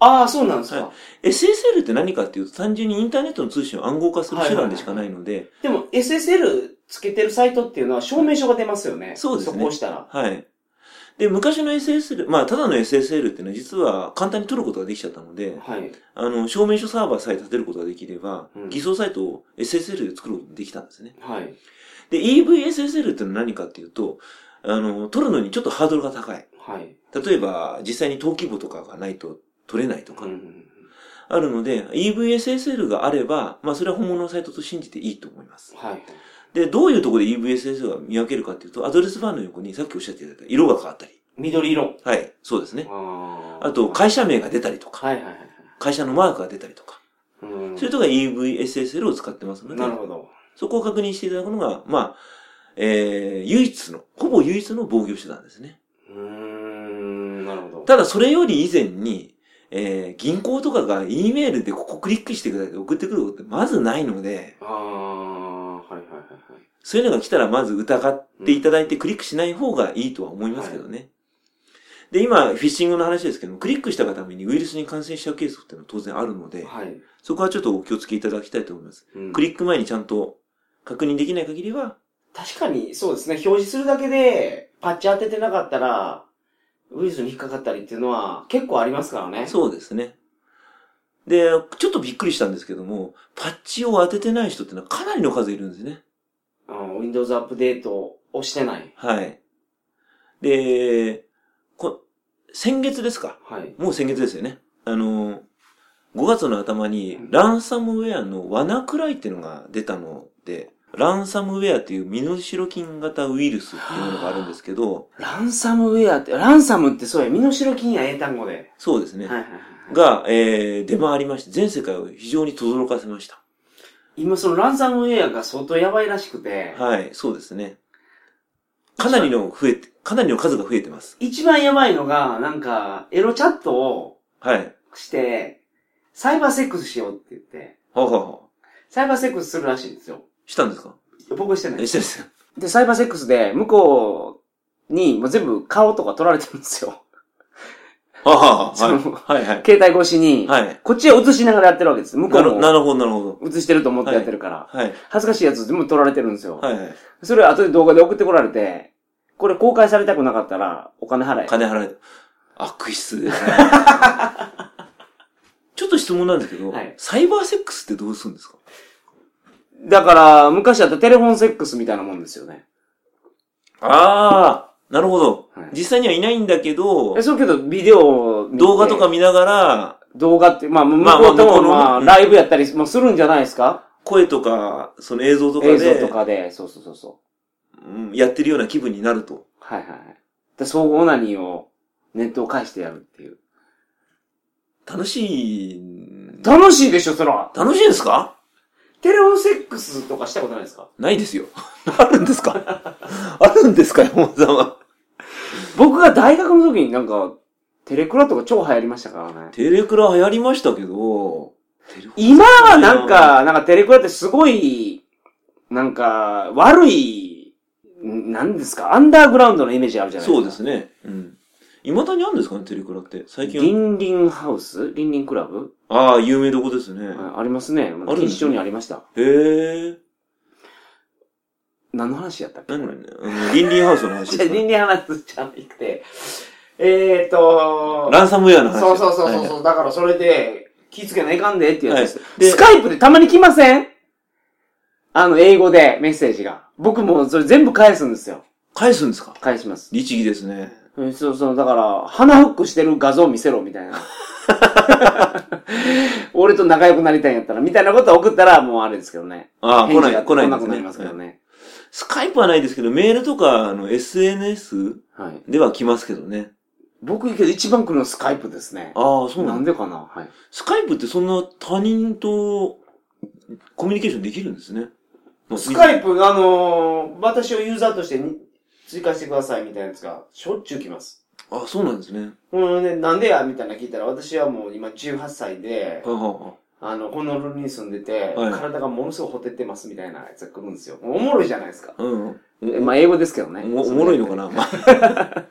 Speaker 1: ああ、そうなんですか。
Speaker 2: は SSL って何かっていうと、単純にインターネットの通信を暗号化する手段でしかないので、
Speaker 1: でも SSL つけてるサイトっていうのは証明書が出ますよね。
Speaker 2: そうですね
Speaker 1: そこを押したら。
Speaker 2: はい。で、昔の SSL、まあ、ただの SSL っていうのは実は簡単に取ることができちゃったので、
Speaker 1: はい。
Speaker 2: あの、証明書サーバーさえ立てることができれば、
Speaker 1: うん
Speaker 2: 偽装サイトを SSL で作ることができたんですね。
Speaker 1: はい。
Speaker 2: で、EVSSL ってのは何かっていうと、あの、取るのにちょっとハードルが高い。
Speaker 1: はい。
Speaker 2: 例えば、実際に登記簿とかがないと取れないとか、
Speaker 1: うん
Speaker 2: あるので、EVSSL があれば、まあ、それは本物のサイトと信じていいと思います。
Speaker 1: はい。
Speaker 2: で、どういうところで EVSSL が見分けるかっていうと、アドレスバーの横にさっきおっしゃっていただいた色が変わったり。
Speaker 1: 緑色。
Speaker 2: はい、そうですね。
Speaker 1: あー
Speaker 2: あと、会社名が出たりとか、
Speaker 1: はいはいはいはい。
Speaker 2: 会社のマークが出たりとか、
Speaker 1: うん
Speaker 2: そういうところが EVSSL を使ってますので
Speaker 1: なる、ほど。
Speaker 2: そこを確認していただくのが、まあ、えー、唯一の、ほぼ唯一の防御手段ですね。
Speaker 1: うーん、なるほど。
Speaker 2: ただそれより以前に、えー、銀行とかが E メールでここクリックしてくださいって送ってくることってまずないので、
Speaker 1: ああ、はいはいはいはい。
Speaker 2: そういうのが来たらまず疑っていただいてクリックしない方がいいとは思いますけどね。で、今、フィッシングの話ですけども、クリックしたがためにウイルスに感染しちゃうケースっていうのは当然あるので、
Speaker 1: はい。
Speaker 2: そこはちょっとお気をつけいただきたいと思います。ク
Speaker 1: リ
Speaker 2: リック前にちゃんと確認できない限りは、
Speaker 1: 確かに、そうですね。表示するだけで、パッチ当ててなかったら、ウイルスに引っかかったりっていうのは結構ありますからね。
Speaker 2: そうですね。で、ちょっとびっくりしたんですけども、パッチを当ててない人っていうのはかなりの数いるんですね。
Speaker 1: うん。Windows アップデートをしてない。
Speaker 2: はい。で、こ、先月ですか
Speaker 1: はい。
Speaker 2: もう先月ですよね。あの、5月の頭に
Speaker 1: うん
Speaker 2: ランサムウェアの罠くらいっていうのが出たので、ランサムウェアっていう身代金型ウイルスっていうものがあるんですけど、
Speaker 1: ランサムウェアって、ランサムってそうや、身代金や英単語で。
Speaker 2: そうですね。
Speaker 1: はいはいはい。
Speaker 2: が、えー、出回りまして、全世界を非常に轟かせました。
Speaker 1: 今そのランサムウェアが相当やばいらしくて、
Speaker 2: はい、そうですね。かなりの増えて、かなりの数が増えてます。
Speaker 1: 一番やばいのが、なんか、エロチャットを
Speaker 2: はい。
Speaker 1: して、サイバーセックスしようって言って、
Speaker 2: ほうほうほう。
Speaker 1: サイバーセックスするらしいんですよ。
Speaker 2: したんですか
Speaker 1: 僕はしてない
Speaker 2: え、。してです。
Speaker 1: で、サイバーセックスで、向こうに、もう全部顔とか取られてるんですよ。
Speaker 2: はは
Speaker 1: その
Speaker 2: ははいはい。
Speaker 1: 携帯越しに、
Speaker 2: はい。
Speaker 1: こっちへ映しながらやってるわけです。向こ
Speaker 2: なる
Speaker 1: う
Speaker 2: な
Speaker 1: も
Speaker 2: るほど、なるほど。
Speaker 1: 映してると思ってやってるから。
Speaker 2: はい。
Speaker 1: 恥ずかしいやつ全部取られてるんですよ。
Speaker 2: はいはい。
Speaker 1: それを後で動画で送ってこられて、これ公開されたくなかったら、お金払え。
Speaker 2: 金払え。悪 質ですね。ちょっと質問なんですけど、
Speaker 1: はい
Speaker 2: サイバーセックスってどうするんですか
Speaker 1: だから、昔だったらテレフォンセックスみたいなもんですよね。
Speaker 2: ああ、なるほど、
Speaker 1: はい
Speaker 2: 実際にはいないんだけど
Speaker 1: え、、そうけど、ビデオ見て
Speaker 2: 動画とか、見ながら、
Speaker 1: 動画って、まあ、向
Speaker 2: まあ
Speaker 1: こうとも、
Speaker 2: ま
Speaker 1: ま
Speaker 2: あ向こうの
Speaker 1: あ、
Speaker 2: ね
Speaker 1: ライブやったりもするんじゃないですか
Speaker 2: 声とか、その映像とか
Speaker 1: 映
Speaker 2: で、
Speaker 1: 像とかで、そうそうそうそう。
Speaker 2: うんやってるような気分になると。
Speaker 1: はいはいはい。で、総合オナニーをネットを介してやるっていう。
Speaker 2: 楽しい、
Speaker 1: 楽しいでしょ、そら
Speaker 2: 楽しいですか
Speaker 1: テレフォンセックスとかしたことないですか
Speaker 2: ないですよ。 あるんですか あるんですか山本さんは。
Speaker 1: 僕が大学の時になんか、テレクラとか超流行りましたからね。
Speaker 2: テレクラ流行りましたけど、テレ
Speaker 1: 今はなんか、なんかテレクラってすごい、なんか、悪い、んなんですかアンダーグラウンドのイメージあるじゃないですか。
Speaker 2: そうですね。うん。未だにあるんですかね、テレクラって。最近
Speaker 1: リ
Speaker 2: は。
Speaker 1: ンリンハウスリンリンクラブ、
Speaker 2: ああ、有名どこですね。
Speaker 1: はいありますね。
Speaker 2: あるんですね
Speaker 1: 錦糸町にありました。
Speaker 2: へえ。
Speaker 1: 何の話やったっけ
Speaker 2: 何なんだよ。うんリンリンハウスの
Speaker 1: じ
Speaker 2: 話
Speaker 1: ゃ
Speaker 2: で
Speaker 1: あ、
Speaker 2: すか
Speaker 1: 倫理話じゃなくて、えーっと、
Speaker 2: ランサムウェアの話。
Speaker 1: そうそうそうそう、
Speaker 2: は
Speaker 1: そうだからそれで、気ぃつけないかんでっていうやつです、
Speaker 2: はいで
Speaker 1: スカイプでたまに来ませんあの、英語でメッセージが。僕もそれ全部返すんですよ。
Speaker 2: い返すんですか
Speaker 1: 返します。
Speaker 2: 律儀ですね。
Speaker 1: うんそうそう、だから、鼻フックしてる画像見せろ、みたいな。 俺と仲良くなりたいんやったら、みたいなことを送ったら、もうあれですけどね。
Speaker 2: ああ、来
Speaker 1: 返
Speaker 2: な
Speaker 1: 事が
Speaker 2: い、来ないんですね
Speaker 1: くなりますけどね。
Speaker 2: スカイプはないですけど、メールとか、あの、SNS
Speaker 1: はい。
Speaker 2: では来ますけどね。
Speaker 1: 僕、けど一番来るのスカイプですね。
Speaker 2: ああ、そうな
Speaker 1: なんん
Speaker 2: だ。
Speaker 1: でかなはい。
Speaker 2: スカイプってそんな他人とコミュニケーションできるんですね。
Speaker 1: スカ
Speaker 2: イ
Speaker 1: イプ、あのー私をユーザーとしてに追加してくださいみたいなやつが、しょっちゅう来ます。
Speaker 2: あ、そうなんですね。
Speaker 1: うん、ね、なんでやみたいな聞いたら、私はもう今18歳で
Speaker 2: は、あは
Speaker 1: あの、このルに住んでて、
Speaker 2: はい
Speaker 1: 体がものすごいほてってますみたいなやつが来るんですよ。おもろいじゃないですか。
Speaker 2: あうん。
Speaker 1: まあ、英語ですけどね
Speaker 2: おもおもろいのかな、まあ、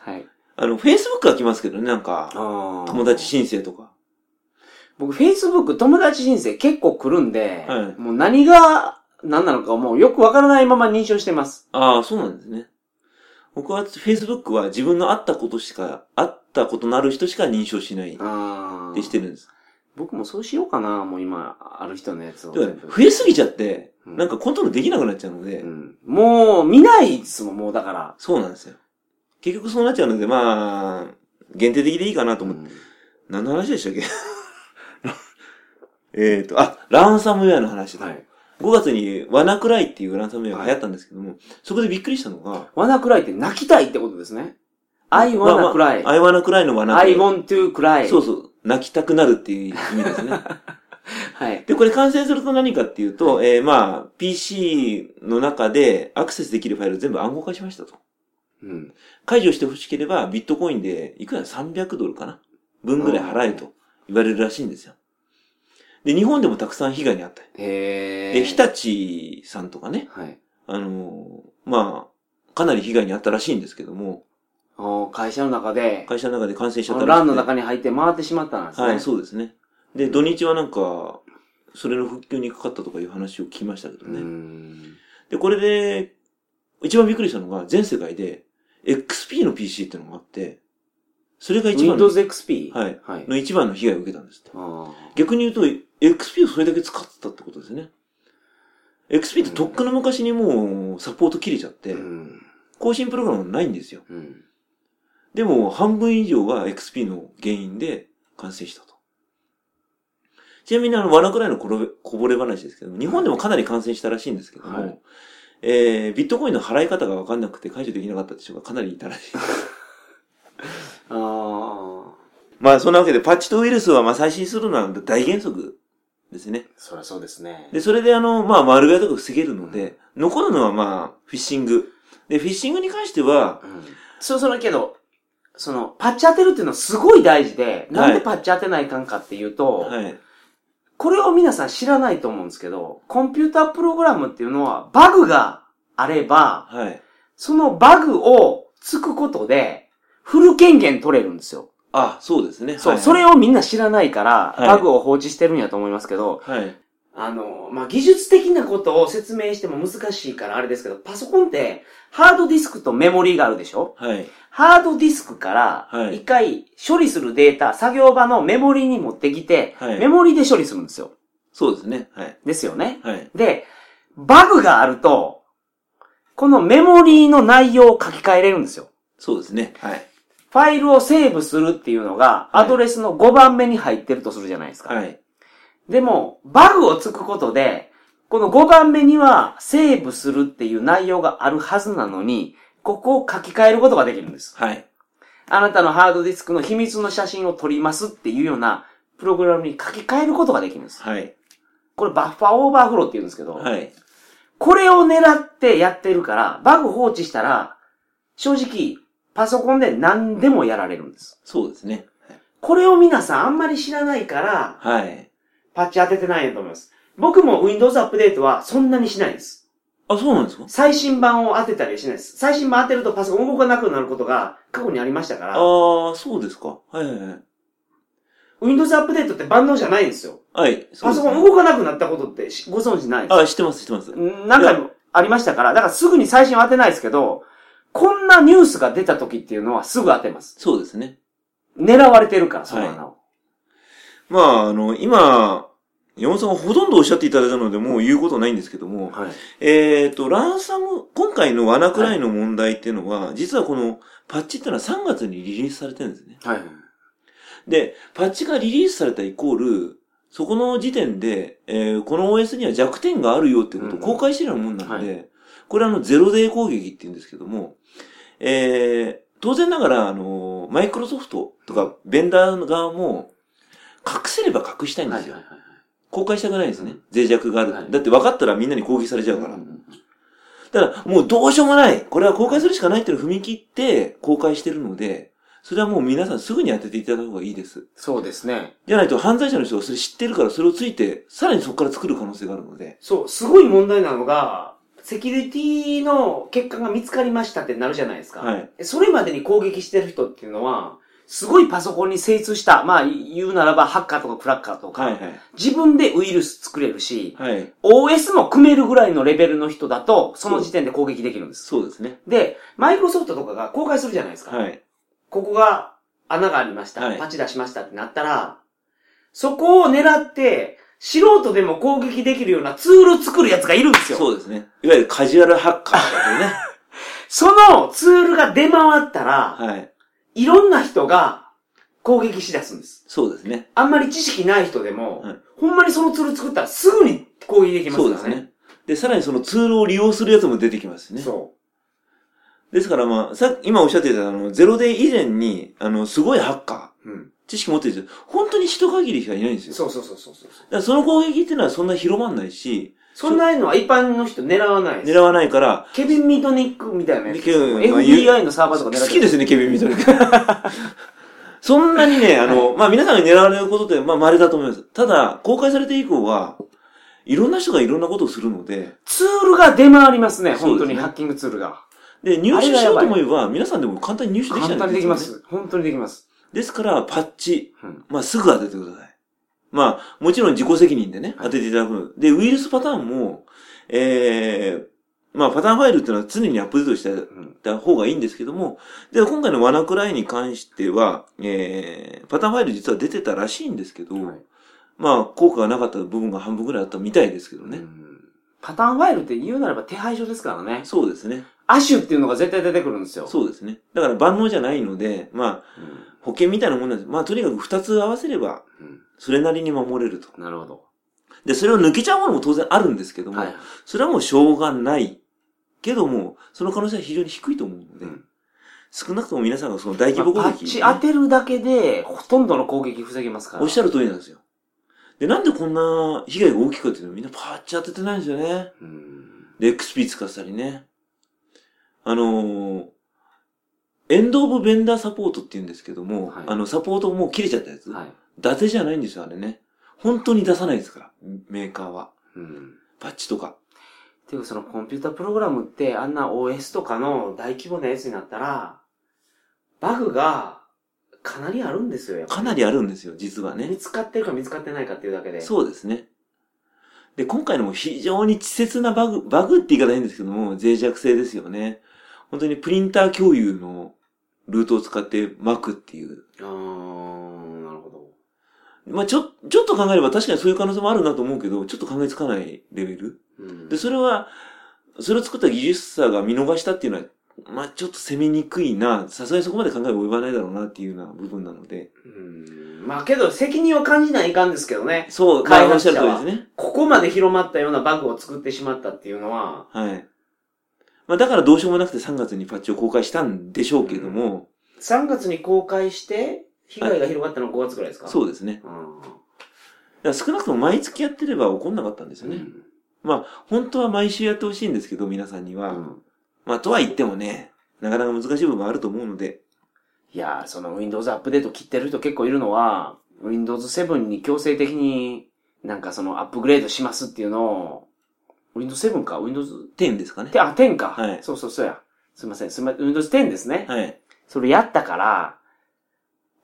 Speaker 1: はい。
Speaker 2: あの、Facebook は来ますけどね、なんか、友
Speaker 1: 友
Speaker 2: 達申請とか。
Speaker 1: 僕、Facebook 友達申請結構来るんで、
Speaker 2: はい
Speaker 1: もう何が何なのかもうよくわからないまま認証してます。
Speaker 2: ああ、そうなんですね。僕は Facebook は自分の会ったことしか、会ったことのある人しか認証しない
Speaker 1: あ
Speaker 2: でしてるんです。
Speaker 1: 僕もそうしようかな、もう今、ある人のやつを
Speaker 2: だから
Speaker 1: 全
Speaker 2: ね
Speaker 1: 部。
Speaker 2: 増えすぎちゃって、
Speaker 1: うん
Speaker 2: なんかコントロールできなくなっちゃうので、
Speaker 1: うんもう、見ないですもん、もうだから。
Speaker 2: そうなんですよ。結局そうなっちゃうので、まあ、限定的でいいかなと思って。何の話でしたっけ えっと、あ、ランサムウェアの話だ。
Speaker 1: はい。
Speaker 2: 5月にワナクライっていうランサムウェアが流行ったんですけども、そこでびっくりしたのが、
Speaker 1: ワナクライって泣きたいってことですね。I wanna
Speaker 2: まあ
Speaker 1: cry.
Speaker 2: まあ I wanna cry のワナクライ
Speaker 1: I。want to cry.
Speaker 2: そうそう。泣きたくなるっていう意味です ね。
Speaker 1: はい。
Speaker 2: で、これ完成すると何かっていうと、えー、まあ、PC の中でアクセスできるファイルを全部暗号化しましたと。
Speaker 1: うん。
Speaker 2: 解除してほしければ、ビットコインで、いくら300ドルかな分ぐらい払えと言われるらしいんですよ。で、日本でもたくさん被害に遭った。
Speaker 1: へー。
Speaker 2: で、日立さんとかね、
Speaker 1: はい。
Speaker 2: あのーまあ、かなり被害に遭ったらしいんですけども、
Speaker 1: あー会社の中で、
Speaker 2: 会社の中で感染しちゃ
Speaker 1: あ
Speaker 2: っ
Speaker 1: の
Speaker 2: たらし
Speaker 1: ラ
Speaker 2: い
Speaker 1: ン
Speaker 2: ん
Speaker 1: の
Speaker 2: で。
Speaker 1: 中に入って回ってしまったんですね。
Speaker 2: はい、そうですね。で、土日はなんか、それの復旧にかかったとかいう話を聞きましたけど
Speaker 1: うー
Speaker 2: ね。
Speaker 1: ん
Speaker 2: で、これで、一番びっくりしたのが、全世界で、XP の PC ってのがあって、それが一番の
Speaker 1: Windows XP?
Speaker 2: はい。
Speaker 1: はい。
Speaker 2: の一番の被害を受けたんですって。
Speaker 1: あー
Speaker 2: 逆に言うと、XP をそれだけ使ってたってことですね。XP ってとっくの昔にもうサポート切れちゃって、
Speaker 1: うん。
Speaker 2: 更新プログラムないんですよ。
Speaker 1: うん。
Speaker 2: でも、半分以上が XP の原因で完成したと。ちなみに、あの、わらくらいのこぼれこぼれ話ですけども、日本でもかなり感染したらしいんですけども、
Speaker 1: はい
Speaker 2: えー、ビットコインの払い方がわかんなくて解除できなかったって人がかなりいたらしい。
Speaker 1: ああ。
Speaker 2: まあ、そんなわけで、パッチとウイルスは、まあ、最新するのは大原則ですね。
Speaker 1: そりゃそうですね。
Speaker 2: で、それであの、まあ、マルウェアとか防げるので、残るのはまあ、フィッシング。で、フィッシングに関しては
Speaker 1: う、ん。そう、そのけど、その、パッチ当てるっていうのはすごい大事で、なんでパッチ当てないかんかっていうと、
Speaker 2: はい。
Speaker 1: これを皆さん知らないと思うんですけど、コンピュータープログラムっていうのは、バグがあれば、
Speaker 2: はい。
Speaker 1: そのバグをつくことで、フル権限取れるんですよ。
Speaker 2: あ、そうですね。
Speaker 1: そう、
Speaker 2: はい
Speaker 1: それをみんな知らないから、
Speaker 2: はい
Speaker 1: バグを放置してるんやと思いますけど、
Speaker 2: はい。
Speaker 1: あの、まあ、技術的なことを説明しても難しいからあれですけど、パソコンって、ハードディスクとメモリーがあるでしょ
Speaker 2: はい。
Speaker 1: ハードディスクか
Speaker 2: は
Speaker 1: ら、
Speaker 2: い
Speaker 1: 一回処理するデータ、作業場のメモリに持ってきて、
Speaker 2: はい
Speaker 1: メモリで処理するんですよ。
Speaker 2: そうですね。はい。
Speaker 1: ですよね。
Speaker 2: はい。
Speaker 1: で、バグがあると、このメモリの内容を書き換えれるんですよ。
Speaker 2: そうですね。はい。
Speaker 1: ファイルをセーブするっていうのが、
Speaker 2: はい
Speaker 1: アドレスの5番目に入ってるとするじゃないですか。
Speaker 2: はい。
Speaker 1: でも、バグをつくことで、この5番目にはセーブするっていう内容があるはずなのに、ここを書き換えることができるんです。
Speaker 2: はい。
Speaker 1: あなたのハードディスクの秘密の写真を撮りますっていうようなプログラムに書き換えることができるんです。
Speaker 2: はい。
Speaker 1: これバッファーオーバーフローって言うんですけど、
Speaker 2: はい。
Speaker 1: これを狙ってやってるから、バグ放置したら、正直、パソコンで何でもやられるんです。
Speaker 2: そうですね。
Speaker 1: これを皆さんあんまり知らないから、
Speaker 2: はい。
Speaker 1: パッチ当ててないんやと思います。僕も Windows アップデートはそんなにしないです。
Speaker 2: あ、そうなんですか
Speaker 1: 最新版を当てたりはしないです。最新版当てるとパソコン動かなくなることが過去にありましたか
Speaker 2: あ
Speaker 1: ら、
Speaker 2: ー、そうですか。はいはいはい。
Speaker 1: Windows アップデートって万能じゃないんですよ。
Speaker 2: はい。そう
Speaker 1: パ
Speaker 2: です
Speaker 1: ソ
Speaker 2: ね
Speaker 1: コン動かなくなったことってしご存知ないです
Speaker 2: あ、知ってます、知ってます。
Speaker 1: 何回も、ありましたから、だからすぐに最新は当てないですけど、こんなニュースが出た時っていうのはすぐ当てます。
Speaker 2: そうですね。
Speaker 1: 狙われてるから、その穴を。
Speaker 2: まあ、あの、今、山本さんがほとんどおっしゃっていただいたので、もう言うことないんですけども、
Speaker 1: はい。
Speaker 2: えっ、と、ランサム、今回の罠くらいの問題っていうのは、実はこのパッチっていうのは3月にリリースされてるんですね。
Speaker 1: はい。
Speaker 2: で、パッチがリリースされたイコール、そこの時点で、えーこの OS には弱点があるよってことを公開してるようなもんなので、
Speaker 1: う
Speaker 2: これあの、ゼロデイ攻撃って言うんですけども、えー当然ながら、あの、マイクロソフトとか、ベンダー側も、隠せれば隠したいん
Speaker 1: は
Speaker 2: で
Speaker 1: い
Speaker 2: すよ。
Speaker 1: はい
Speaker 2: 公開したくないんですね。
Speaker 1: うん
Speaker 2: 脆弱がある、
Speaker 1: はい
Speaker 2: だって分かったらみんなに攻撃されちゃうから。
Speaker 1: はい。
Speaker 2: ただ、もうどうしようもない。これは公開するしかないっていうのを踏み切って公開してるので、それはもう皆さんすぐに当てていただいた方がいいです。
Speaker 1: そうですね。
Speaker 2: じゃないと犯罪者の人がそれ知ってるから、それをついて、さらにそこから作る可能性があるので。
Speaker 1: そう、すごい問題なのが、セキュリティの欠陥が見つかりましたってなるじゃないですか。
Speaker 2: はい。
Speaker 1: それまでに攻撃してる人っていうのは、すごいパソコンに精通した、まあ言うならばハッカーとかクラッカーとか、
Speaker 2: はいはい。
Speaker 1: 自分でウイルス作れるし、
Speaker 2: はい。
Speaker 1: OS も組めるぐらいのレベルの人だと、その時点で攻撃できるんです。
Speaker 2: そうですね。
Speaker 1: で、マイクロソフトとかが公開するじゃないですか。
Speaker 2: はい。
Speaker 1: ここが穴がありました、
Speaker 2: はい
Speaker 1: パチ出しましたってなったら、そこを狙って、素人でも攻撃できるようなツールを作るやつがいるんですよ。
Speaker 2: そうですね。いわゆるカジュアルハッカ ーだ
Speaker 1: そのツールが出回ったら、
Speaker 2: とね。はい。
Speaker 1: いろんな人が攻撃しだすんです。
Speaker 2: そうですね。
Speaker 1: あんまり知識ない人でも、
Speaker 2: はい
Speaker 1: ほんまにそのツール作ったらすぐに攻撃できます
Speaker 2: そう
Speaker 1: か
Speaker 2: で
Speaker 1: らね。
Speaker 2: すね。で、さらにそのツールを利用するやつも出てきますしね。
Speaker 1: そ
Speaker 2: ですからまあ、さっき今おっしゃってたあの、ゼロデイ以前に、あの、すごいハッカー。
Speaker 1: う。うん。
Speaker 2: 知識持ってる人、本当に人限りしかいないんですよ。
Speaker 1: そうそうそうそうそう。
Speaker 2: だからその攻撃っていうのはそんな広まんないし、
Speaker 1: そんなのは一般の人狙わないです。
Speaker 2: 狙わないから、
Speaker 1: ケビン・ミートニックみたいなやつですよ。
Speaker 2: ケビンまあ
Speaker 1: FBI のサーバーと
Speaker 2: 好
Speaker 1: か狙って
Speaker 2: きですね、ケビン・ミ ドル。そんなにね、あの、まあ、皆さんが狙われることって、まあ、稀だと思います。ただ、公開されて以降は、いろんな人がいろんなことをするので、
Speaker 1: ツールが出回りますね、
Speaker 2: そう
Speaker 1: 本
Speaker 2: で
Speaker 1: 当
Speaker 2: すね
Speaker 1: にハッキングツールが。
Speaker 2: で、入手しようと思えば、皆さんでも簡単に入手できち
Speaker 1: 簡
Speaker 2: ゃうん
Speaker 1: 単にでき
Speaker 2: よね
Speaker 1: ます。本当にできます。
Speaker 2: ですから、パッチ、
Speaker 1: うん
Speaker 2: まあ、すぐ当ててください。まあ、もちろん自己責任でね、
Speaker 1: はい
Speaker 2: 当てていただく。で、ウイルスパターンも、えー、まあ、パターンファイルっていうのは常にアップデートして
Speaker 1: うん
Speaker 2: った方がいいんですけども、で、今回のワナクライに関しては、えー、パターンファイル実は出てたらしいんですけど、
Speaker 1: はい
Speaker 2: まあ、効果がなかった部分が半分ぐらいあったみたいですけどね。
Speaker 1: うんパターンファイルって言うならば手配書ですからね。
Speaker 2: そうですね。
Speaker 1: アシュっていうのが絶対出てくるんですよ。
Speaker 2: そうですね。だから万能じゃないので、まあ、
Speaker 1: うん
Speaker 2: 保険みたいなもんなんです。まあ、とにかく二つ合わせれば、
Speaker 1: う
Speaker 2: それなりに守れると。
Speaker 1: んなるほど。
Speaker 2: で、それを抜けちゃうものも当然あるんですけども、
Speaker 1: はい。
Speaker 2: それはもうしょうがない。けども、その可能性は非常に低いと思うので、
Speaker 1: うん
Speaker 2: 少なくとも皆さんがその大規模
Speaker 1: ま
Speaker 2: 攻
Speaker 1: あパッ
Speaker 2: 撃、
Speaker 1: チ当てるだけで、ほとんどの攻撃防げますから。
Speaker 2: おっしゃる通りなんですよ。で、なんでこんな被害が大きいかっていうのはみんなパッチ当ててないんですよね。
Speaker 1: うん
Speaker 2: で、XP 使ったりね。あのー、エンド・オブ・ベンダー・サポートって言うんですけども、
Speaker 1: はい
Speaker 2: あの、サポートもう切れちゃったやつ。
Speaker 1: はい。
Speaker 2: 伊達じゃないんですよ、あれね。本当に出さないですから、メーカーは。
Speaker 1: うん
Speaker 2: パッチとか。
Speaker 1: ていうかそのコンピュータプログラムってあんな OS とかの大規模なやつになったら、バグがかなりあるんですよ、やっぱ
Speaker 2: かなりあるんですよ、実はね
Speaker 1: 見。つかってるか見つかってないかっていうだけで。う。
Speaker 2: そうですね。で、今回のも非常に稚拙なバグ、バグって言い方変ですけども、脆弱性ですよね。本当にプリンター共有のルートを使って巻くっていう。
Speaker 1: あー、なるほど。
Speaker 2: まあ、ちょ、ちょっと考えれば確かにそういう可能性もあるなと思うけど、ちょっと考えつかないレベル。
Speaker 1: うん
Speaker 2: で、それは、それを作った技術者が見逃したっていうのは、まあ、ちょっと攻めにくいな。さすがにそこまで考えは及ばないだろうなっていうような部分なので。
Speaker 1: うんまあけど責任を感じないかんですけどね。
Speaker 2: そう、まあ、
Speaker 1: 開
Speaker 2: おっ
Speaker 1: 発
Speaker 2: しゃ
Speaker 1: 者
Speaker 2: る
Speaker 1: は
Speaker 2: 通りですね。
Speaker 1: ここまで広まったようなバグを作ってしまったっていうのは、
Speaker 2: はい。まあ、だからどうしようもなくて3月にパッチを公開したんでしょうけども、
Speaker 1: 3月に公開して、被害が広がったのは5月ぐらいですか。
Speaker 2: そううですね。
Speaker 1: うん。
Speaker 2: だから少なくとも毎月やってれば怒んなかったんですよね。本当は毎週やってほしいんですけど、皆さんに
Speaker 1: う
Speaker 2: は。
Speaker 1: ん。
Speaker 2: まあ、とは言ってもね、なかなか難しい部分もあると思うので、
Speaker 1: いやー、その Windows アップデート切ってる人結構いるのは、Windows 7に強制的になんかそのアップグレードしますっていうのを、Windows 7か ?Windows
Speaker 2: 10ですかね。
Speaker 1: 10、あ、10か。
Speaker 2: はい
Speaker 1: そうそうそうや。すいません。すいません。Windows 10ですね。
Speaker 2: はい。
Speaker 1: それやったから、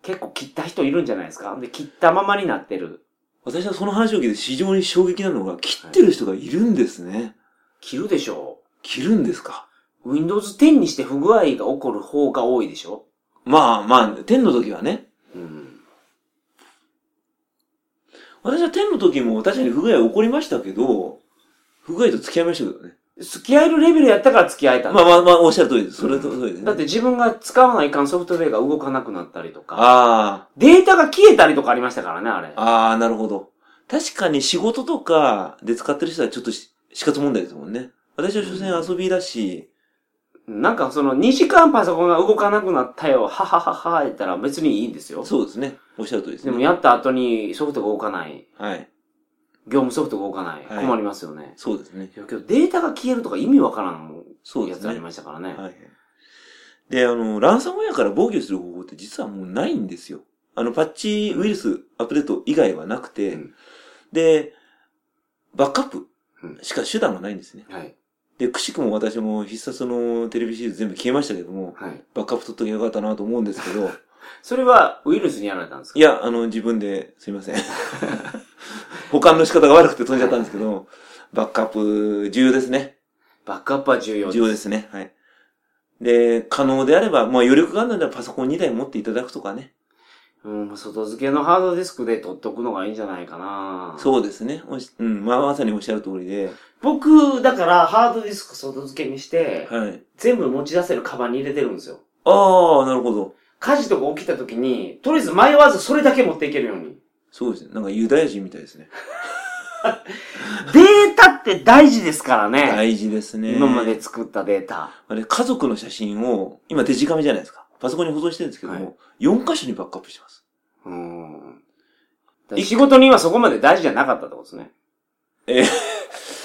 Speaker 1: 結構切った人いるんじゃないですかで、切ったままになってる。
Speaker 2: 私はその話を聞いて非常に衝撃なのが、切ってる人がいるんですね。
Speaker 1: 切るでしょう。
Speaker 2: 切るんですか
Speaker 1: Windows 10にして不具合が起こる方が多いでしょ
Speaker 2: まあまあ、10の時はね。
Speaker 1: うん。
Speaker 2: 私は10の時も確かに不具合起こりましたけど、不具合と付き合いましたけどね。
Speaker 1: 付き合えるレベルやったから付き合えたんだ。
Speaker 2: まあまあまあ、おっしゃる通りです。それと通りですね。
Speaker 1: だって自分が使わないかんソフトウェアが動かなくなったりとか、
Speaker 2: あ
Speaker 1: データが消えたりとかありましたからね、あれ
Speaker 2: あ、。ああ、なるほど。確かに仕事とかで使ってる人はちょっとし死活問題ですもんね。私は所詮遊びだし、
Speaker 1: なんかその2時間パソコンが動かなくなったよ、はははは、言ったら別にいいんですよ。
Speaker 2: そうですね。おっしゃる通りです
Speaker 1: でも
Speaker 2: ね。
Speaker 1: やった後にソフトが動かない。
Speaker 2: はい。
Speaker 1: 業務ソフトが動かない。
Speaker 2: はい
Speaker 1: 困りますよね。
Speaker 2: そうですね。
Speaker 1: いやけどデータが消えるとか意味わからん
Speaker 2: そうで
Speaker 1: や
Speaker 2: す
Speaker 1: つあり
Speaker 2: ね。
Speaker 1: ましたからね。
Speaker 2: はい。で、あの、ランサムウェアから防御する方法って実はもうないんですよ。あの、パッチウイルスアップデート以外はなくて、
Speaker 1: うん
Speaker 2: で、バックアップ
Speaker 1: うん
Speaker 2: しか手段がないんですね。
Speaker 1: はい。
Speaker 2: で、くしくも私も必殺のテレビシリーズ全部消えましたけども、
Speaker 1: はい。
Speaker 2: バックアップ取っときゃよかったなと思うんですけど、
Speaker 1: それはウイルスにやられたんですか
Speaker 2: いや、あの、自分ですいません。 保管の仕方が悪くて飛んじゃったんですけど、バックアップ重要ですね。
Speaker 1: バックアップは重要です。
Speaker 2: 重要ですね。はい。で、可能であれば、まあ余力があるのではパソコン2台持っていただくとかね。
Speaker 1: うん、外付けのハードディスクで取っとくのがいいんじゃないかな。う。
Speaker 2: そうですね。おしうん、まあまさにおっしゃる通りで。
Speaker 1: 僕、だからハードディスク外付けにして、
Speaker 2: はい。
Speaker 1: 全部持ち出せるカバンに入れてるんですよ。
Speaker 2: ああ、なるほど。
Speaker 1: 火事とか起きた時に、とりあえず迷わずそれだけ持っていけるように。
Speaker 2: そうですね。なんかユダヤ人みたいですね。
Speaker 1: データって大事ですからね。
Speaker 2: 大事ですね。
Speaker 1: 今まで作ったデータ。
Speaker 2: あれ、家族の写真を、今デジカメじゃないですか。パソコンに保存してるんですけども、
Speaker 1: はい
Speaker 2: 4箇所にバックアップしてます。
Speaker 1: うん。仕事にはそこまで大事じゃなかったってことですね。
Speaker 2: えー